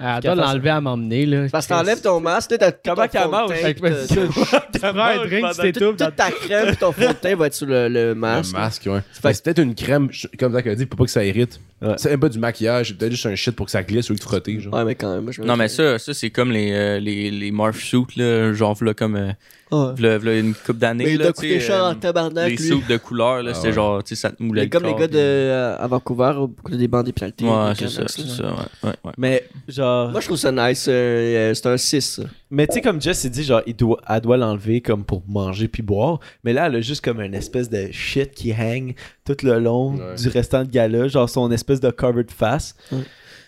S4: Ah, Elle doit l'enlever à m'emmener, là.
S2: Parce que t'enlèves ton masque, là, t'as
S1: Comment
S2: ton fond de
S1: qu'elle
S2: teint,
S4: Fait que, ben,
S2: t'as-
S4: ça, Tu prends un
S1: manges
S4: drink,
S1: pendant-
S4: tu t'étouffes. dans-
S2: Toute ta crème pis ton fond de teint va être sur le, le masque.
S5: Le masque, ouais.
S2: Fait-
S5: Mais C'est peut-être une crème, je- comme ça qu'elle a dit, pour pas que ça irrite.
S1: Ouais.
S5: C'est même pas du maquillage, c'est peut-être juste un shit pour que ça glisse ou que frotter, genre.
S2: Ouais, mais quand même, moi, je me-
S3: Non, mais ça, ça c'est comme les, euh, les, les Morph Suits, là, genre, v'là comme. euh,
S2: Ah Ouais.
S3: v'là- v'là une coupe d'années.
S2: Mais il
S3: là,
S2: t'a
S3: tu sais,
S2: coûté cher
S3: euh,
S2: en tabarnak,
S3: Les
S2: lui.
S3: suits de couleur, là,
S5: Ah
S3: c'était
S5: ouais.
S3: genre, tu sais, ça te moulait
S2: Mais
S3: le
S2: comme les
S3: corps,
S2: gars
S3: puis-
S2: de, euh, à Vancouver, au bout des bancs des plantés.
S3: Ouais,
S2: des
S3: c'est ça,
S2: Canucks,
S3: c'est
S2: là.
S3: ça, ouais. ouais, ouais.
S1: Mais genre.
S2: Moi, je trouve ça nice. euh, euh, c'est un 6. ça.
S1: Mais tu sais, comme Jess s'est dit, genre, il doit, elle doit l'enlever comme pour manger puis boire. Mais là, elle a juste comme une espèce de shit qui hang tout le long
S5: Ouais.
S1: du restant de gala. Genre, son espèce de covered face.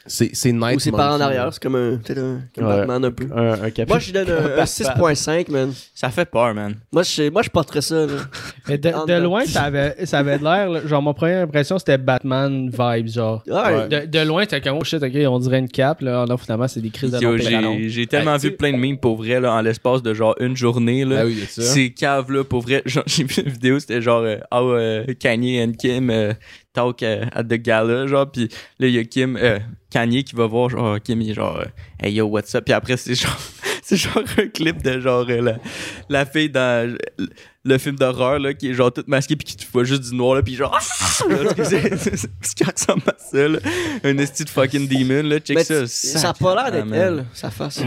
S5: C'est c'est nice.
S2: Ou c'est par en
S5: monkey,
S2: arrière.
S5: là.
S2: C'est comme un, peut-être un, comme
S1: Ouais.
S2: Batman un peu.
S1: Un, un
S2: Moi, je lui donne un, un 6.5, man.
S3: Ça fait peur, man.
S2: Moi, je, moi, je porterais ça. là.
S4: Mais de, de loin, ça avait, ça avait de l'air. là, Genre, ma première impression, c'était Batman vibes, genre.
S2: Ouais.
S4: De, de loin, t'es comme, oh shit, ok, on dirait une cape, là. Ah, Non, finalement, c'est des crises de
S3: Yo,
S4: long pantalon.
S3: J'ai j'ai tellement
S1: Ah, tu
S3: vu
S1: sais-
S3: plein de mimes pour vrai, là, en l'espace de genre une journée, là.
S2: Ben
S5: Ah oui, il y a ça.
S3: Ces caves-là, pour vrai, [laughs] genre, j'ai vu une vidéo, c'était genre euh, How euh, Kanye and Kim euh, talk euh, at the gala, genre, puis là, il y a Kim, euh, Kanye qui va voir, genre, Kim, il est genre, euh, hey yo, what's up, puis après, c'est genre, [laughs] c'est genre un clip de genre euh, la, la fille dans euh, le film d'horreur, là, qui est genre toute masquée, puis qui te voit juste du noir, là, puis genre, [laughs] là, tu sais, c'est- c'est- c'est ce qui ressemble à ça, là, un esti de fucking demon, là, check
S2: Mais
S3: ça.
S2: Ben, tu- ça a pas l'air d'être
S3: sacrément.
S2: elle, sa
S3: [laughs]
S2: face.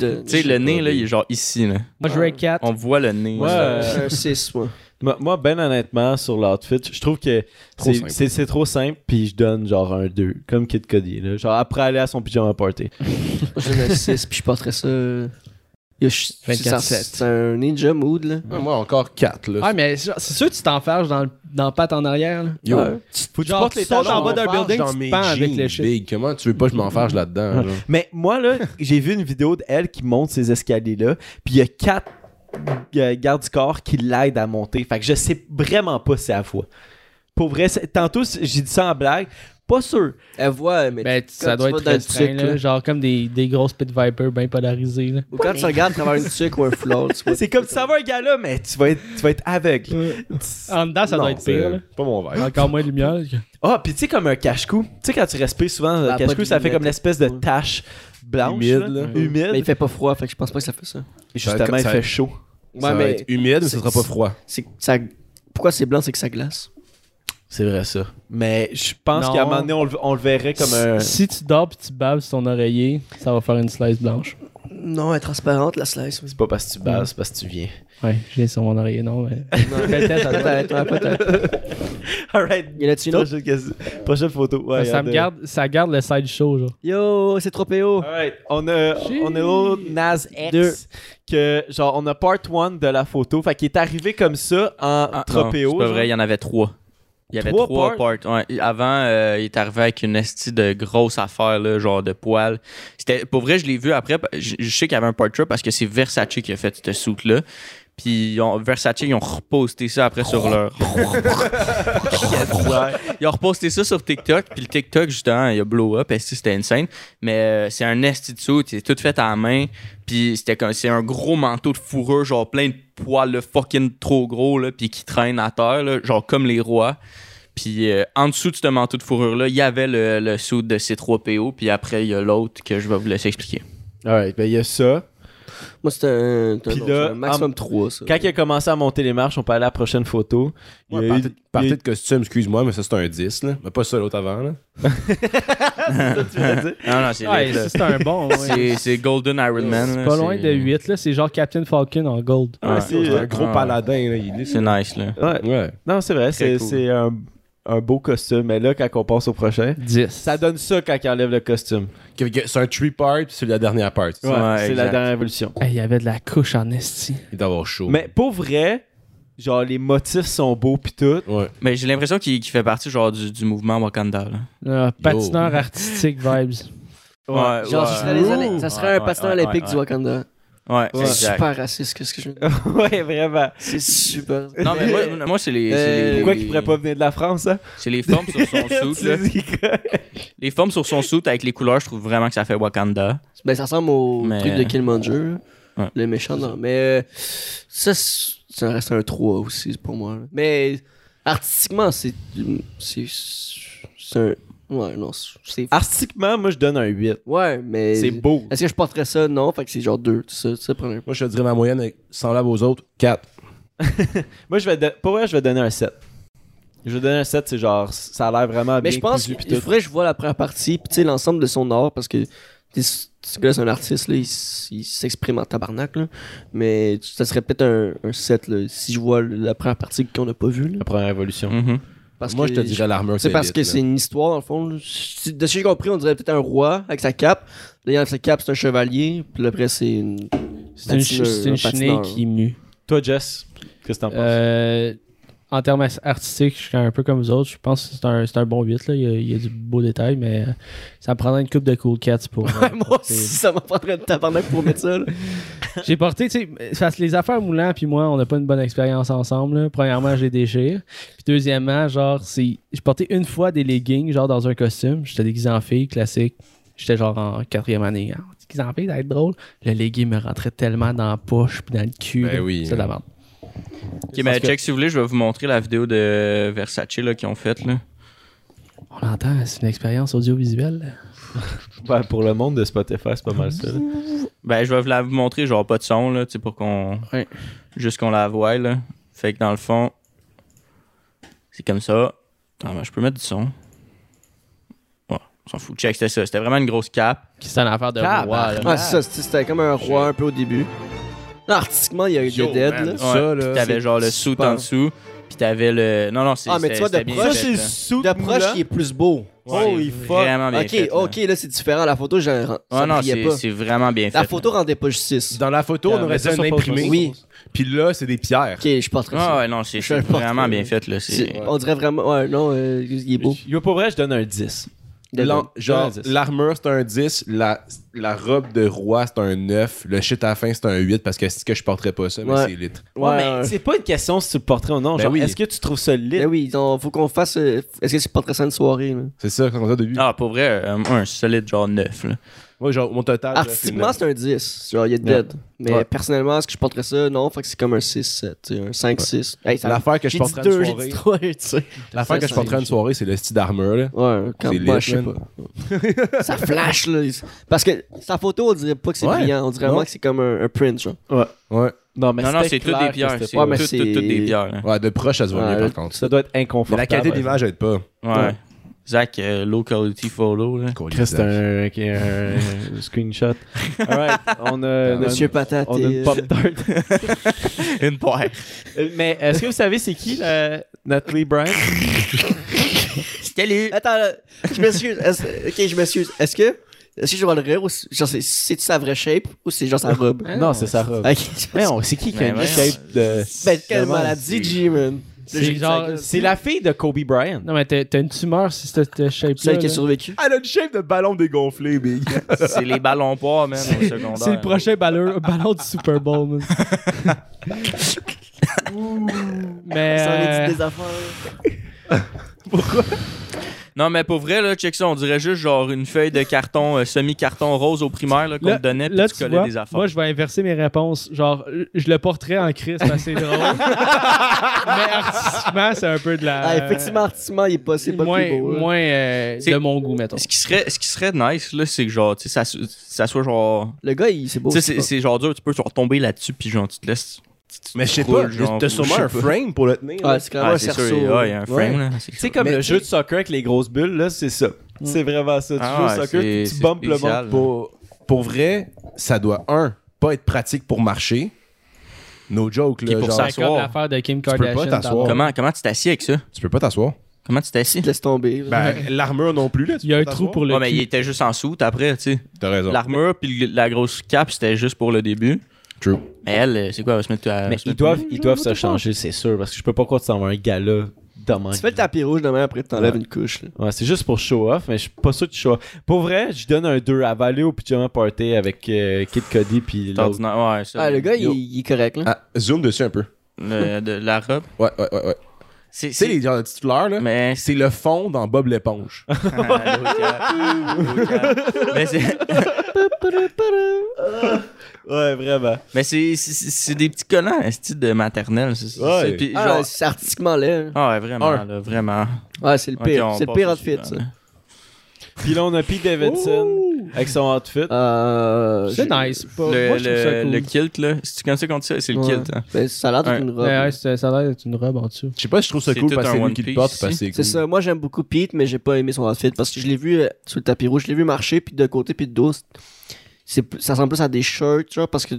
S2: De-
S3: Tu sais, le nez, là, il est genre ici, là.
S4: Moi, je veux 4.
S3: On voit le nez.
S1: Ouais.
S3: là.
S2: C'est un 6, moi.
S1: Moi, moi, ben honnêtement, sur l'outfit, je trouve que
S5: Trop
S1: c'est-
S5: simple.
S1: c'est c'est trop simple, puis je donne genre un 2, comme Kid Cody. là. Genre, après aller à son pyjama party.
S2: Moi, Je donne un 6, puis je porterais ça. euh, Il y a ch- c'est- ça-
S4: 24/7.
S2: C'est un ninja mood, là.
S5: Ah, Moi, encore 4. Là.
S4: Ouais, mais c'est sûr que tu t'enferges dans, le- dans la patte en arrière. là.
S5: Yo.
S2: Ouais.
S4: Faut que tu portes les talons en bas d'un
S5: m'enfarge
S4: building,
S5: dans
S4: tu te
S5: mes
S4: pends avec
S5: jeans,
S4: les shit.
S5: big. Comment tu veux pas que je m'enfarge là-dedans? genre?
S1: Mais moi, là, [laughs] j'ai vu une vidéo d'elle qui monte ces escaliers-là, puis il y a quatre euh, gardes du corps qui l'aident à monter. Fait que je sais vraiment pas si à foi. Pour vrai, c'est- tantôt, c'est- j'ai dit ça en blague. Pas sûr.
S2: Elle voit, mais
S4: Ben,
S2: quand
S4: ça
S2: tu
S4: doit
S2: vas
S4: être
S2: dans
S4: très
S2: le
S4: restreint,
S2: truc,
S4: là,
S2: là.
S4: genre comme des, des grosses pit vipers bien polarisées. Là.
S2: Ou quand tu regardes à travers une tuque ou un foulard, [laughs] tu vois.
S1: C'est comme si ça va un gars-là, mais tu vas être, tu vas être aveugle.
S4: En dedans, Ah, ça
S5: Non,
S4: doit être
S5: c'est
S4: pire. là.
S5: Pas mon verre.
S4: Encore moins de lumière. là.
S1: Ah, puis tu sais, comme un cache-cou. Tu sais, quand tu respires souvent,
S2: Ah,
S1: le
S2: pas
S1: cache-cou,
S2: de
S1: ça fait
S2: lunettes.
S1: comme l'espèce de tache blanche.
S5: Humide,
S1: là.
S5: là.
S1: Humide.
S2: Mais il fait pas froid, fait que je pense pas que ça fait ça.
S1: Justement, il
S5: Ça-
S1: fait chaud.
S2: Ouais,
S5: Ça va
S2: mais
S5: être humide, mais
S2: c'est-
S5: ça sera pas froid.
S2: c'est ça. Pourquoi c'est blanc, c'est que ça glace.
S1: C'est vrai, ça. Mais je pense
S4: Non.
S1: qu'à un moment donné, on le, on le verrait comme un.
S4: Si tu dors puis tu baves sur ton oreiller, ça va faire une slice blanche.
S2: Non, elle est transparente, la slice.
S1: C'est pas parce que tu bases, c'est parce que tu viens.
S4: Ouais, je l'ai sur mon oreiller, non, mais. [laughs]
S2: Peut-être, ouais, peut-être.
S1: Alright.
S2: Y en a-tu une autre?
S1: Prochaine, question- prochaine photo. Ouais,
S4: ça,
S1: on
S4: me
S1: a-
S4: garde, ça garde le side show, genre.
S2: Yo, c'est trop PO.
S1: Alright. On a, on a l'autre Nas X.
S2: Deux.
S1: Que, genre, on a part 1 de la photo. Fait qu'il est arrivé comme ça en
S3: Ah, non,
S1: tropéo.
S3: C'est pas
S1: genre.
S3: vrai, il y en avait trois. Il y avait
S1: Trois
S3: trois, parts. ouais. Avant, euh, il est arrivé avec une estie de grosse affaire, là, genre de poils. C'était, pour vrai, je l'ai vu après. Je, je sais qu'il y avait un part trois parce que c'est Versace qui a fait cette soute-là. Puis ils ont- Versace, ils ont reposté ça après sur leur. [laughs] ils ont reposté ça sur TikTok. Puis le TikTok, justement, il a blow up. Esti, c'était insane. Mais euh, c'est un esti de soute. C'est tout fait à la main. Puis c'était comme c'est un gros manteau de fourrure, genre plein de poils là, fucking trop gros là, puis qui traîne à terre là, genre comme les rois. Puis euh, en dessous de ce manteau de fourrure là, il y avait le, le saut de C3PO, puis après il y a l'autre que je vais vous laisser expliquer.
S1: Alright, ben il y a ça.
S2: Moi, c'est un, c'est un-
S1: Puis
S2: non,
S1: là,
S2: c'est un maximum 3, ça.
S1: Quand il a commencé à monter les marches, on peut aller à la prochaine photo. Il y a
S5: Ouais,
S1: eu-
S5: partie, de- partie
S1: il y a eu-
S5: de costume, excuse-moi, mais ça c'est un 10. Là. Mais pas ça l'autre avant. Là.
S3: Non non, c'est
S4: Ouais,
S3: lit, là.
S4: ça, c'est un bon. ouais.
S3: c'est c'est Golden Iron Man.
S4: C'est
S3: là,
S4: pas loin de 8, là. C'est genre Captain Falcon en gold.
S3: Ouais,
S1: Ouais,
S5: C'est
S1: c'est-
S5: un gros
S3: Ah.
S5: paladin. Là, il est
S3: C'est nice là.
S1: ouais.
S5: Ouais.
S1: Non, c'est vrai, c'est
S3: cool.
S1: c'est un, un beau costume. Mais là, quand on passe au prochain,
S4: 10.
S1: ça donne ça quand il enlève le costume.
S5: Que- que- C'est un three part, puis c'est la dernière part.
S1: Ouais,
S3: Ouais,
S1: c'est la
S3: exact.
S1: dernière évolution.
S4: Il y avait de la couche en esti.
S5: Il doit avoir chaud.
S1: Mais pour vrai, genre, les motifs sont beaux pis tout.
S5: Ouais.
S3: Mais j'ai l'impression qu'il qu'il fait partie genre du, du mouvement Wakanda. Là.
S4: Ah, patineur artistique vibes.
S3: Ouais,
S2: Genre,
S3: ouais.
S2: ce serait les années- ça serait
S3: Ouais,
S2: un patin
S3: ouais, ouais,
S2: olympique
S3: ouais.
S2: du Wakanda.
S3: Ouais,
S2: C'est
S3: exact.
S2: super raciste, qu'est-ce que je veux
S3: [laughs]
S2: dire.
S1: [laughs] ouais, vraiment.
S2: C'est super.
S3: Non mais moi, moi, c'est les, c'est
S2: Euh,
S3: les-
S1: Pourquoi qu'il pourrait pas venir de la France, hein?
S3: c'est les formes sur
S1: [laughs]
S3: son suit là. Les formes sur son suit avec les couleurs, je trouve vraiment que ça fait Wakanda.
S2: Ben, ça ressemble au
S3: Mais-
S2: truc de Killmonger, là.
S3: Ouais.
S2: le méchant. Non. Mais euh, ça, c'est- ça reste un 3 aussi pour moi. là. Mais artistiquement, c'est. C'est. c'est un. Ouais, non, c'est.
S1: Artistiquement, moi, je donne un 8.
S2: Ouais, mais.
S1: C'est beau.
S2: Est-ce que je porterais ça? Non, fait que c'est genre 2. Ça, ça prend un.
S5: Moi, je te dirais ma moyenne est semblable aux autres 4.
S1: Moi, je vais don- pour vrai, je vais donner un 7. Je vais donner un 7, c'est genre, ça a l'air vraiment
S2: Mais
S1: bien
S2: je pense
S1: cousu pis
S2: qu'il
S1: tout.
S2: faudrait que je vois la première partie, puis tu sais, l'ensemble de son art, parce que tu sais, ce gars, c'est un artiste, là, il, s- il s'exprime en tabarnak, là. Mais ça serait peut-être un, un set, là, si je vois la première partie qu'on n'a pas vue, là.
S1: La première évolution.
S3: Mhm.
S2: Parce
S5: Moi,
S2: que
S5: je te dirais l'armure.
S2: C'est parce
S5: élite,
S2: que
S5: là.
S2: c'est une histoire, dans le fond. là. Si- De ce que j'ai compris, on dirait peut-être un roi avec sa cape. Là, il enlève sa cape, c'est un chevalier. Puis après, c'est [laughs] une.
S4: C'est une,
S2: patineur,
S4: c'est une
S2: un
S4: chenille
S2: patineur.
S4: qui mue.
S1: Toi, Jess, qu'est-ce que t'en penses?
S4: Euh, en termes as- artistiques, je suis un peu comme vous autres. Je pense que c'est un, c'est un bon 8. Là. Il, y a, il y a du beau détail, mais euh, ça me prendrait une coupe de Cool Cats pour.
S2: [laughs]
S4: euh,
S2: Moi aussi,
S4: porter-
S2: ça m'en prendrait de tabarnak pour mettre ça. là.
S4: J'ai porté, tu sais, parce que les affaires moulant puis moi, on n'a pas une bonne expérience ensemble. là. Premièrement, je les déchire. Puis deuxièmement, genre, c'est. J'ai porté une fois des leggings, genre dans un costume. J'étais déguisé en fille, classique. J'étais genre en quatrième année. Hein. Déguisé en fille, ça va être drôle. Le legging me rentrait tellement dans la poche puis dans le cul.
S5: Ben
S4: là.
S5: oui,
S4: C'est de la
S5: hein.
S4: merde.
S3: Ok, mais
S4: Parce que-
S3: check si vous voulez, je vais vous montrer la vidéo de Versace là, qu'ils ont faite. là.
S4: On l'entend, c'est une expérience audiovisuelle.
S1: Ouais, ben, pour le monde de Spotify, c'est pas mal ça. là.
S3: Ben, je vais vous la vous montrer, genre pas de son, là, tu sais, pour qu'on.
S2: Ouais.
S3: Juste qu'on la voie, là. Fait que dans le fond, c'est comme ça. Attends, ben, je peux mettre du son. Ouais, on s'en fout. Check, c'était ça. C'était vraiment une grosse cape.
S4: C'est une affaire de
S1: Ah,
S4: roi. là.
S2: Ah, c'est ça. c'était- C'était comme un roi un peu au début. Non, artistiquement, il y a eu
S5: Yo,
S2: Dead.
S5: man.
S2: Là.
S5: Ça,
S3: Ouais,
S5: là,
S3: puis t'avais
S5: c'est
S3: genre le suit
S2: super.
S3: en dessous. Puis t'avais le. Non, non, c'est.
S2: Ah, mais
S3: c'était-
S2: tu vois, de
S3: c'était bien
S2: proche,
S3: fait,
S2: Ça,
S1: Ça,
S3: là.
S1: c'est sous
S2: D'approche, il est plus beau.
S3: Ouais,
S1: Holy
S3: c'est
S1: fuck.
S3: Vraiment bien
S2: ok,
S3: Ah, fait, là.
S2: ok, là, c'est différent. La photo, j'en ça
S3: Ouais, non,
S2: brillait
S3: c'est
S2: pas.
S3: c'est vraiment bien fait.
S2: La
S3: là.
S2: photo rendait pas justice.
S5: Dans la photo, on
S1: Ah,
S5: aurait
S1: mais
S5: dit
S1: ça,
S5: un
S1: ça,
S5: imprimé.
S1: ça,
S2: Oui.
S5: Puis là, c'est des pierres.
S2: Ok, je suis pas très
S3: Ah, ouais, non, c'est
S2: Je
S3: c'est
S2: le porte,
S3: vraiment
S2: ouais.
S3: bien fait, là. C'est.
S2: On dirait vraiment. Ouais, non, euh, il est beau.
S1: Yo, pour vrai, je donne un 10.
S5: L'en- genre,
S1: Ouais, 10.
S5: l'armure, c'est un 10. La, la robe de roi, c'est un 9. Le shit à la fin, c'est un 8 parce que c'est que je porterais pas ça, mais
S2: Ouais.
S5: c'est lit.
S1: Ouais, mais c'est pas une question si tu le porterais ou non.
S5: Ben
S1: genre,
S5: oui.
S1: est-ce que tu trouves ça lit?
S2: Ben oui, donc, faut qu'on fasse. euh, Est-ce que c'est pas très sain de soirée, là?
S5: C'est ça, comme ça, au début.
S3: Ah, pour vrai, euh, un solide genre neuf, là.
S5: Moi, genre, mon total. là, Ah, c'est
S2: Artistiquement,
S5: neuf.
S2: Ah, c'est un 10. Genre, il est dead. Mais
S5: Ouais.
S2: personnellement, est-ce que je porterais ça? Non, fait que c'est comme un 6, 7, un 5, 6. Hey, ça-
S5: L'affaire que je
S2: j'ai dit
S5: porterais une
S2: 2, j'ai dit
S5: soirée.
S2: 3, tu sais.
S5: L'affaire que je porterais une soirée, c'est le style d'armure, là.
S2: Ouais, quand
S5: C'est
S2: moi,
S5: lit,
S2: je sais
S5: man.
S2: pas. [laughs] ça flash, là. Parce que sa photo, on dirait pas que c'est
S5: Ouais.
S2: brillant. On dirait
S5: Non.
S2: vraiment que c'est comme un, un print, genre.
S5: Ouais.
S1: Non, mais
S3: Non, non,
S1: c'était
S3: c'est toutes
S1: clair
S3: des
S1: que
S3: pierres.
S1: c'était
S3: C'est
S1: pas-
S2: mais
S3: toutes,
S2: c'est-
S3: toutes, toutes des pierres, là.
S5: Ouais, de proche, ça se voit
S2: Ouais,
S5: mieux,
S2: là,
S5: par contre.
S1: Ça doit être
S5: Mais
S1: inconfortable.
S5: la qualité de l'image, aide pas.
S3: Ouais. Zach, euh, low quality photo,
S5: [laughs]
S3: là.
S1: Chris, c'est un, ok, un- un [laughs] screenshot. Alright, on a.
S2: Monsieur Patate.
S1: Euh, On a
S2: et-
S1: une pop tart. Euh,
S3: Une paire.
S1: Mais est-ce que vous savez c'est qui la... Natalie Bryan?
S3: C'était
S2: [laughs]
S3: lui.
S2: Attends, là, je m'excuse. Est-ce- Ok, je m'excuse. Est-ce que. Est-ce que je vais le rire ou c'est- genre, c'est- c'est-tu sa vraie shape ou c'est genre sa
S4: [laughs]
S2: robe?
S1: non, c'est sa robe.
S2: Ok, je-
S1: Mais on, c'est qui qui a
S3: Mais
S1: une
S3: voyons.
S1: shape
S3: Euh,
S1: de.
S2: Ben, quelle
S1: Dommage.
S2: maladie, G, man.
S4: C'est genre-
S1: C'est la fille de Kobe Bryant.
S4: Non, mais t'as t'as une tumeur si cette cette shape-là.
S2: Celle qui a
S4: là.
S2: survécu.
S5: Elle a une shape de ballon dégonflé, big.
S3: [laughs] C'est les ballons pas, man, au secondaire.
S4: C'est le prochain ballon, ballon du Super Bowl, man. mais.
S2: Ça aurait
S4: euh,
S2: dit des affaires.
S3: Non, mais pour vrai, là, check ça, on dirait juste genre une feuille de carton, euh, semi-carton rose au primaire, là, qu'on
S4: Là-
S3: te donnait, puis
S4: là,
S3: tu
S4: tu
S3: collais
S4: vois,
S3: des affaires.
S4: moi, je vais inverser mes réponses. Genre, je le porterais en crise, parce que c'est drôle. mais artistiquement, c'est un peu de la.
S2: Ah, effectivement, artistiquement, il est pas, c'est pas le
S4: euh, moins,
S2: plus beau. là.
S4: moins euh,
S3: C'est-
S4: de mon goût, mettons.
S3: Ce qui serait, ce qui serait nice, là, c'est que genre, tu sais, ça, so- ça soit genre.
S2: Le gars, il, c'est beau.
S3: Tu sais,
S2: c'est
S3: c'est-
S2: pas-
S3: c'est genre dur, tu peux genre tomber là-dessus, puis genre, tu te laisses. tu- tu
S5: Mais je sais
S3: roules,
S5: pas,
S3: genre,
S5: t'as
S3: ou
S5: sûrement
S3: je
S5: un
S3: sais pas.
S5: frame pour le tenir.
S2: Ah, c'est quand même
S3: Ah,
S2: un
S3: c'est
S2: cerceau.
S3: sûr, il y a- il y a un frame,
S5: Ouais.
S3: là. C'est
S1: C'est comme
S5: Mais
S1: le
S5: tu-
S1: jeu de soccer avec les grosses bulles, là, c'est ça. C'est vraiment ça. Tu
S3: Ah
S1: joues
S3: ouais,
S1: au soccer,
S3: c'est-
S1: puis tu
S3: c'est
S1: bumpes le
S3: spécial.
S1: monde.
S5: Pour, pour vrai, ça doit, un, pas être pratique pour marcher. No joke,
S3: Puis
S5: là.
S3: pour
S5: genre,
S3: ça,
S4: C'est comme
S3: s'asseoir.
S4: l'affaire de Kim
S5: peux pas
S4: Kardashian.
S5: t'asseoir.
S4: dans le-
S3: Comment, comment tu t'assis avec ça?
S5: tu peux pas t'asseoir.
S3: Comment tu t'assis?
S2: Il te laisse tomber. là.
S5: Ben, l'armure non plus, là. tu
S4: Il y a
S5: peux
S4: un
S5: pas
S4: trou
S5: t'asseoir.
S4: pour le
S3: Ouais, mais
S4: cul.
S3: il était juste en soute après, tu sais.
S5: T'as raison.
S3: L'armure puis le- la grosse cape, c'était juste pour le début.
S5: True.
S3: Mais elle, euh, c'est quoi, elle va se mettre à.
S1: Mais
S3: se
S1: ils
S3: mettre-
S1: doivent, ils doivent se changer, c'est sûr, parce que je peux pas croire que tu t'en vas à un gala demain.
S2: Tu fais le tapis rouge demain, après, t'enlèves une couche. là.
S1: Ouais, c'est juste pour show off, mais je suis pas sûr que tu show off. Pour vrai, je donne un 2 à Valé au pyjama party avec euh, Kid Cody puis
S3: C'est
S1: l'autre.
S3: ordinaire. Ouais, ça.
S2: Ah, le gars, il,
S5: Yo.
S2: il est correct. Là.
S5: Ah, zoom dessus un peu.
S3: Le- de la robe.
S5: Ouais, ouais, ouais. ouais. Tu
S3: C'est.
S5: sais, les genres de petites fleurs,
S2: [laughs]
S5: là.
S3: Mais
S5: C'est le fond dans Bob l'éponge.
S3: mais c'est
S1: Ouais, vraiment.
S3: mais c'est c'est- c'est des petits collants style de maternelle c'est c'est-
S5: Ouais.
S3: c'est- puis
S2: Ah,
S3: genre
S2: c'est artistiquement laid. là.
S3: ah ouais, vraiment
S5: Un.
S3: là, vraiment
S2: Ouais, c'est le
S3: Ok,
S2: pire.
S3: on
S2: c'est le
S3: passe
S2: pire
S3: au
S2: outfit,
S3: suivant,
S2: ça.
S3: là.
S1: Puis là, on a Pete Davidson avec son outfit.
S2: Euh,
S4: C'est
S2: je-
S4: nice. pas-
S3: le,
S4: Moi, je trouve ça
S3: le,
S4: cool.
S3: le kilt là c'est comme ça qu'on dit ça c'est le
S2: Ouais.
S3: kilt hein.
S2: Ben, ça a l'air d'être une robe.
S4: Ouais, ouais,
S2: là.
S4: c'est- ça a l'air d'être une robe en dessous.
S5: Je sais pas si je trouve ça
S3: C'est
S5: cool
S3: tout
S5: parce que
S3: un
S5: c'est
S3: One
S5: lui qui le
S3: Piece
S5: porte,
S3: ici.
S5: parce que c'est
S2: C'est
S5: cool.
S2: ça. Moi, j'aime beaucoup Pete, mais j'ai pas aimé son outfit parce que je l'ai vu euh, sur le tapis rouge. Je l'ai vu marcher, puis de côté, puis de dos. C'est plus- Ça ressemble plus à des shirts, genre, parce que.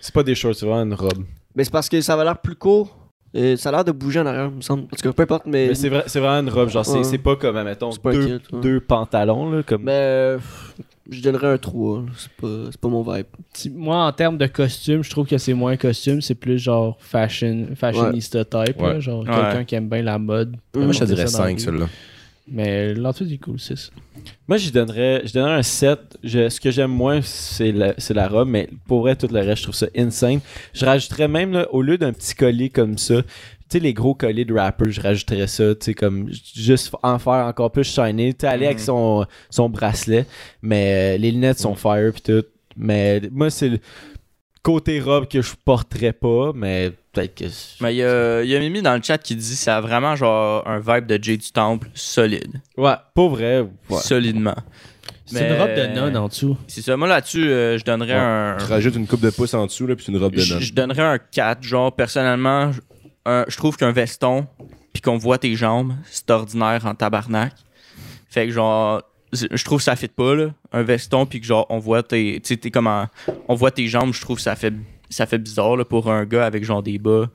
S1: C'est pas des shorts, c'est vraiment une robe.
S2: Mais c'est parce que ça a l'air plus court. Euh, ça a l'air de bouger en arrière, il me semble. Parce que peu importe, mais.
S1: Mais c'est vrai, c'est vraiment une robe, genre, c'est
S2: Ouais.
S1: c'est pas comme, admettons,
S2: C'est pas
S1: deux,
S2: un kilt, ouais.
S1: deux pantalons, là, comme.
S2: Mais euh, pff, je donnerais un 3. là. C'est pas, c'est pas mon vibe.
S4: Si- Moi, en termes de costume, je trouve que c'est moins costume, c'est plus genre fashion, fashionista type. là,
S5: Ouais.
S4: genre
S3: Ouais.
S4: quelqu'un qui aime bien la mode.
S5: Moi, je te
S4: Porter
S5: dirais
S4: ça dans la
S5: 5,
S4: rue.
S5: celle-là.
S4: Mais l'entrée du cool, 6.
S1: Moi, je donnerais, je donnerais un 7. Je- ce que j'aime moins, c'est la, c'est la robe, mais pour vrai, tout le reste, je trouve ça insane. Je rajouterais même, là, au lieu d'un petit collier comme ça, tu sais, les gros collets de rappers, je rajouterais ça, tu sais, comme j- juste en faire encore plus shiny. Tu sais, aller avec
S3: Mhm.
S1: son, son bracelet, mais euh, les lunettes
S3: Mm.
S1: sont fire, puis tout. Mais moi, c'est le côté robe que je porterais pas, mais peut-être que.
S3: mais il y a, il y a Mimi dans le chat qui dit ça a vraiment genre un vibe de Jay du Temple solide
S1: Ouais, pour vrai, ouais.
S3: solidement
S4: C'est
S3: Mais-
S4: une robe de nonne en dessous.
S3: c'est ça moi là-dessus euh, je donnerais
S5: Ouais.
S3: un
S5: Tu rajoutes une coupe de pouce en dessous, là, puis c'est une robe de
S3: Je
S5: nonne.
S3: je donnerais un 4. Genre, personnellement, je- un- je trouve qu'un veston, puis qu'on voit tes jambes, c'est ordinaire en tabarnak. Fait que genre, c'est- je trouve que ça fit pas, là. Un veston, puis que genre, on voit tes. Tu sais, t'es comme en- On voit tes jambes, je trouve que ça fait, ça fait bizarre, là, pour un gars avec genre des bas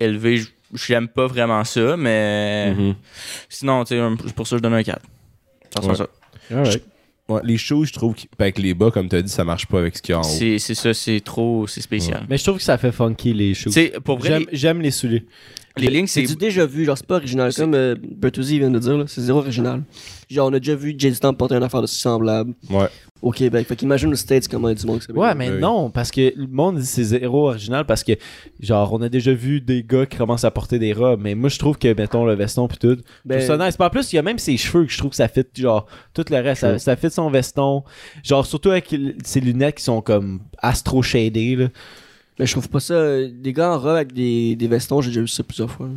S3: élevés. Je- j'aime pas vraiment ça, mais
S5: Mhm.
S3: sinon, tu sais, un- pour ça, je donne un 4. Ça sera
S5: Ouais.
S3: ça.
S5: Ouais, les shows, je trouve que ben, les bas, comme tu as dit, ça marche pas avec ce qu'il y a en haut.
S3: C'est c'est ça, c'est trop, c'est spécial.
S1: Mais je trouve que ça fait funky les shoes.
S3: Tu sais, pour vrai,
S1: J'aime- J'aime les souliers.
S3: les, les lignes, c'est.
S2: C'est du déjà vu, genre c'est pas original. Comme euh, Bertuzzi vient de dire, là, c'est zéro original. Genre on a déjà vu Jay Stamp porter une affaire de semblable
S5: Ouais.
S2: au Québec. Fait qu'imagine aux States comment il y a du monde qui s'habille.
S1: Ouais, mais
S5: ben oui.
S1: non, parce que le monde dit c'est zéro original parce que, genre, on a déjà vu des gars qui commencent à porter des robes, mais moi je trouve que, mettons, le veston pis tout,
S2: Ben-
S1: je trouve ça nice. Puis en plus, il y a même ses cheveux que je trouve que ça fit, genre, tout le reste, ça, ça fit son veston, genre, surtout avec l- ses lunettes qui sont comme astro-shadées, là.
S2: Mais je trouve pas ça. euh, Des gars en robe avec des, des vestons, j'ai déjà vu ça plusieurs fois. là.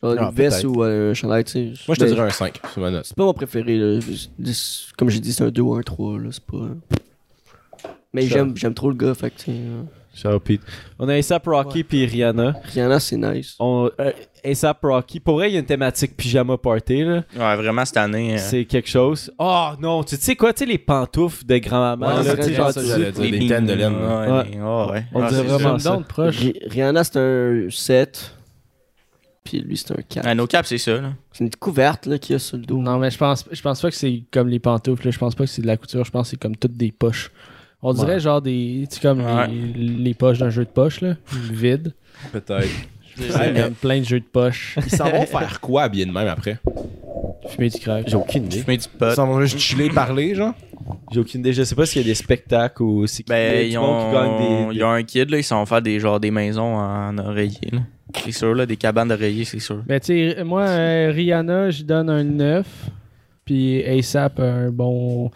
S2: Genre
S1: Ah,
S2: une veste
S1: peut-être.
S2: ou euh, un chandail, tu sais.
S5: Moi, je te
S2: Ben,
S5: dirais un 5 sur ma note.
S2: C'est pas mon préféré. Là. C'est- Comme j'ai dit, c'est un 2 ou un 3. Là. C'est pas. Mais
S1: Ça.
S2: j'aime, j'aime trop le gars. Fait que, tu sais, euh,
S1: Ciao, Pete. On a ASAP Rocky puis Rihanna.
S2: Rihanna, c'est nice.
S1: On, euh, ASAP Rocky, pour vrai, il y a une thématique pyjama party, là.
S3: Ouais, vraiment, cette année. euh,
S1: C'est quelque chose. Oh non, tu tu sais quoi, tu sais, les pantoufles de
S5: Ouais,
S1: grand-maman,
S2: c'est
S1: là,
S2: vrai,
S1: tu sais,
S2: genre,
S1: genre,
S5: ça,
S1: tu-
S5: j'allais dire.
S3: les
S5: Des hein?
S3: lignes,
S5: tannes de laine,
S3: Ouais,
S1: là.
S3: les- ouais, ouais.
S1: On
S3: Ah,
S1: dirait
S3: c'est
S1: vraiment
S4: J'aime
S1: ça.
S4: donc proche.
S2: Ri- Rihanna, c'est un 7. Puis lui, c'est un 4.
S3: ça. Ah, nos caps, c'est ça. là.
S2: C'est une couverte là, qu'il y a sur le dos.
S4: Non, mais je pense, je pense pas que c'est comme les pantoufles. là. Je pense pas que c'est de la couture. Je pense que c'est comme toutes des poches. On dirait genre des. Tu sais, comme
S3: Ouais.
S4: les, les poches d'un jeu de poche, là. Vide.
S5: Peut-être.
S4: C'est comme plein de jeux de poche.
S5: Ils s'en vont faire quoi, bien de même, après?
S4: Fumer du crack.
S1: J'ai aucune idée.
S3: Je mets du
S5: Ils
S3: pot.
S5: s'en vont juste chiller, parler, genre?
S1: J'ai aucune idée. Je sais pas s'il y a des spectacles ou si
S3: Ben,
S1: du
S3: ils
S1: monde qui gagne
S3: ont,
S1: des-
S3: il
S1: des.
S3: y a un kid, là, ils s'en vont faire des, genre, des maisons en oreiller.
S1: [laughs]
S3: là. C'est sûr, là, des cabanes d'oreiller, c'est sûr.
S4: Mais Ben, tu sais, moi, euh, Rihanna, je donne un 9. Puis ASAP, un bon.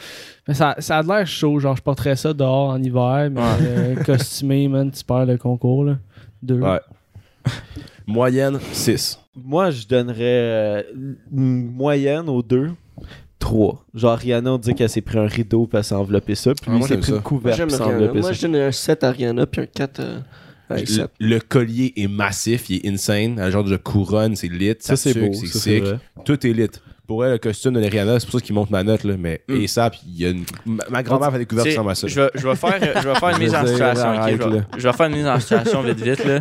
S4: Mais ça, ça a de l'air chaud. Genre, je porterais ça dehors en hiver. Mais euh, costumé, man, tu perds le concours, là. Deux.
S5: Ouais. Moyenne, 6.
S1: Moi, je donnerais euh, une moyenne aux deux. Trois. Genre, Rihanna, on dit qu'elle s'est pris un rideau pour s'est enveloppée ça. Puis
S5: Ah,
S1: lui,
S5: moi,
S1: il s'est
S5: j'aime
S1: pris une
S5: ça.
S2: Moi,
S1: couverte
S2: j'aime
S1: pour s'est
S2: Rihanna.
S1: enveloppé
S2: Moi,
S1: ça.
S2: je donne un 7 à Rihanna, puis un 4 euh, à
S5: Le,
S2: ASAP.
S5: le collier est massif, il est insane. Un genre de couronne, c'est lit, ça,
S1: Ça, c'est
S5: sucre,
S1: beau.
S5: c'est
S1: ça, c'est
S5: sick.
S1: vrai.
S5: Tout est lit. Pour elle, le costume de Rihanna, c'est pour ça qu'il monte ma note, là. Mais
S3: Mm.
S5: ASAP, il y a une. Ma, ma grand-mère fait des couvertes
S3: Tu sais,
S5: ressemblent à ça.
S3: Je vais, je vais faire, je vais faire une mise en
S5: dire, euh,
S3: situation. ok,
S5: arrête,
S3: je, vais,
S5: là.
S3: je vais faire une mise en situation vite vite là.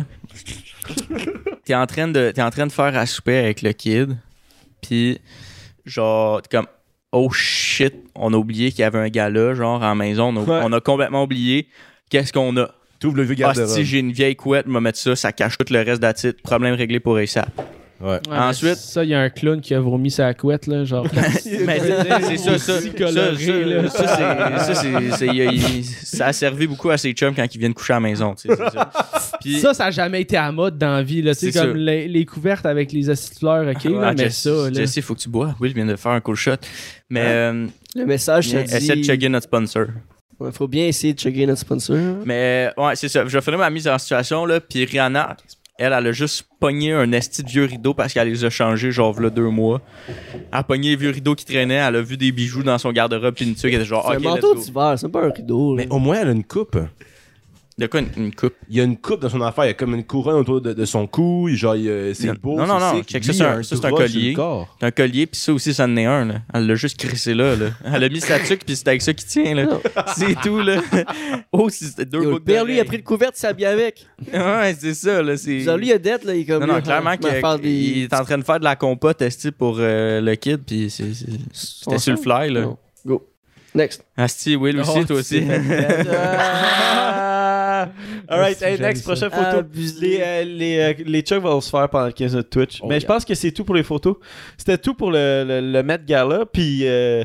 S3: T'es en train de, t'es en train de faire à souper avec le kid, puis genre t'es comme oh shit, on a oublié qu'il y avait un gala genre en maison, on a,
S1: Ouais.
S3: on a complètement oublié. Qu'est-ce qu'on a?
S5: T'ouvres le vieux
S3: Hostie,
S5: garde-robe.
S3: j'ai une vieille couette, me mettre ça, ça cache tout le reste d'attitude. Problème réglé pour ASAP.
S5: Ouais.
S4: Ouais,
S3: Ensuite-
S4: mais Ça, il y a un clown qui a vomi sa couette, là. Genre,
S3: Mais c'est ça, ça, ça,
S4: Aussi coloré,
S3: ça,
S4: là.
S3: ça, c'est- ça, c'est- c'est- il y a- il- ça a servi beaucoup à ses chums quand ils viennent coucher à la maison. tu sais, c'est ça. Puis-
S4: Ça, ça n'a jamais été à mode dans la vie. là. C'est
S3: C'est
S4: comme
S3: sûr.
S4: les, les couvertes avec les acides fleurs, ok? là,
S3: Ouais,
S4: mais
S3: Jess-
S4: ça, là.
S3: Ah, Jesse, faut que tu bois. Oui, je viens de faire un cool shot. Mais euh,
S2: Le message, ça dit...
S3: essaie de checker notre sponsor.
S2: Ouais, faut bien essayer de checker notre sponsor.
S3: Mais euh, ouais, c'est ça. Je vais finir ma mise en situation. Là, puis Rihanna, elle, elle a juste pogné un esti de vieux rideau parce qu'elle les a changés, genre, là, deux mois. Elle a pogné les vieux rideaux qui traînaient. Elle a vu des bijoux dans son garde-robe. Puis une tuque, elle était genre,
S2: C'est
S3: Ah, OK,
S2: un
S3: let's
S2: manteau
S3: go.
S2: d'hiver, c'est pas un rideau. là.
S5: Mais au moins, elle a une coupe.
S3: De quoi une, une coupe
S5: Il y a une coupe dans son affaire, il y a comme une couronne autour de, de son cou, genre il y a- c'est
S3: Non,
S5: beau.
S3: non, non,
S5: c'est
S3: non,
S5: sick.
S3: check
S5: Lui,
S3: ça, c'est
S5: il a
S3: un- ça, c'est un
S5: bras sur le
S3: collier.
S5: corps.
S3: D'un collier, puis ça aussi, ça en est un, là. Elle l'a juste crissé là, là. Elle a mis sa tuque, puis c'est avec ça qui tient, là.
S2: Non.
S3: C'est tout, là. [laughs] Oh, c'est deux
S2: Yo, le
S3: boucles
S2: père, lui, il a
S3: d'oreilles.
S2: pris le couvert, il s'habille avec.
S3: Ouais, c'est ça, là. C'est...
S2: Genre, lui, il a dette, là, il est comme...
S3: non, non,
S2: là,
S3: clairement
S2: il
S3: qu'il
S2: va hein, faire des-
S3: il est en train de faire de la compote esti pour euh, le kid, puis c'est, c'est- c'était sur le fly, là.
S2: Non. Go. Next.
S3: Asti, Will aussi,
S4: Oh,
S2: [laughs]
S3: toi aussi.
S1: Alright,
S4: Merci,
S1: hey,
S4: j'aime
S1: next,
S4: ça.
S1: prochaine photo. Les, euh, les, euh, les chucks vont se faire pendant 15 minutes Twitch. Mais je pense que c'est tout pour les photos. C'était tout pour le, le, le Met Gala, puis euh,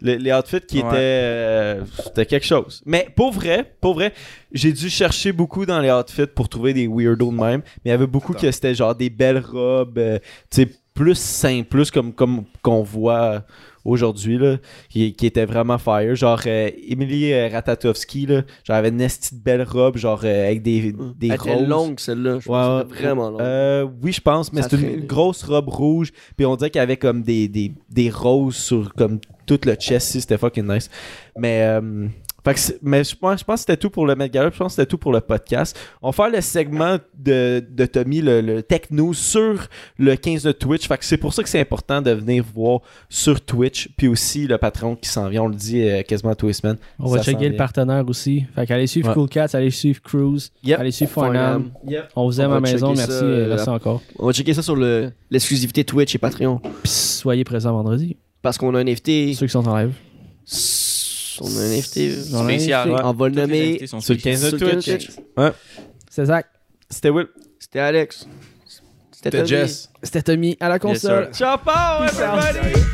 S1: le- les outfits qui
S3: Ouais.
S1: étaient... euh, C'était quelque chose. Mais pour vrai, pour vrai, j'ai dû chercher beaucoup dans les outfits pour trouver des weirdos de même. Mais il y avait beaucoup que c'était genre des belles robes, euh, tu sais, plus simples, plus comme comme qu'on voit aujourd'hui, là, qui, qui était vraiment fire. Genre, euh, Emily euh, Ratatowski, là, genre, avait une esti de belle robe, genre, euh, avec des, [laughs] des
S2: Elle était
S1: roses.
S2: longue, celle-là. Je pense
S1: Ouais,
S2: que c'était vraiment longue.
S1: Euh, oui, je pense, mais
S2: Ça
S1: c'est
S2: traînait.
S1: une grosse robe rouge. Puis on dirait qu'il y avait comme des, des, des roses sur comme tout le chest, si, c'était fucking nice. Mais euh, Fait que c'est- mais je pense, je pense que c'était tout pour le Met Gala, puis je pense que c'était tout pour le podcast. On va faire le segment de, de Tommy, le, le tech news, sur le 15 de Twitch. Fait que c'est pour ça que c'est important de venir voir sur Twitch, puis aussi le patron qui s'en vient, on le dit euh, quasiment tous les semaines.
S4: On va
S1: Ça s'en
S4: checker le
S1: vient.
S4: partenaire aussi. Fait qu'allez suivre
S1: Ouais.
S4: Cool Cats, allez suivre Cruise,
S1: Yep.
S4: allez suivre Farnham. On vous aime
S2: On
S4: à la
S2: va
S4: maison,
S2: checker
S4: merci,
S2: ça, euh,
S4: merci encore.
S2: On va checker ça sur le- l'exclusivité Twitch et Patreon.
S4: Puis soyez présents vendredi,
S2: Parce qu'on a un invité.
S4: ceux qui sont en live.
S2: On a un invité.
S4: On a un
S3: Spécial.
S4: invité.
S2: On va le
S3: Toutes les
S2: nommer.
S3: invités sont
S1: Sur le
S3: spéciaux.
S1: 15 de
S2: sur le
S1: Twitch.
S2: Twitch.
S4: C'est Zach,
S1: C'était Will.
S2: C'était Alex. C'était
S5: C'était
S2: Tommy.
S5: Jess.
S4: c'était Tommy à la
S3: Yes,
S4: console.
S3: sir.
S1: Ciao, Paul,
S4: Peace out.
S1: everybody!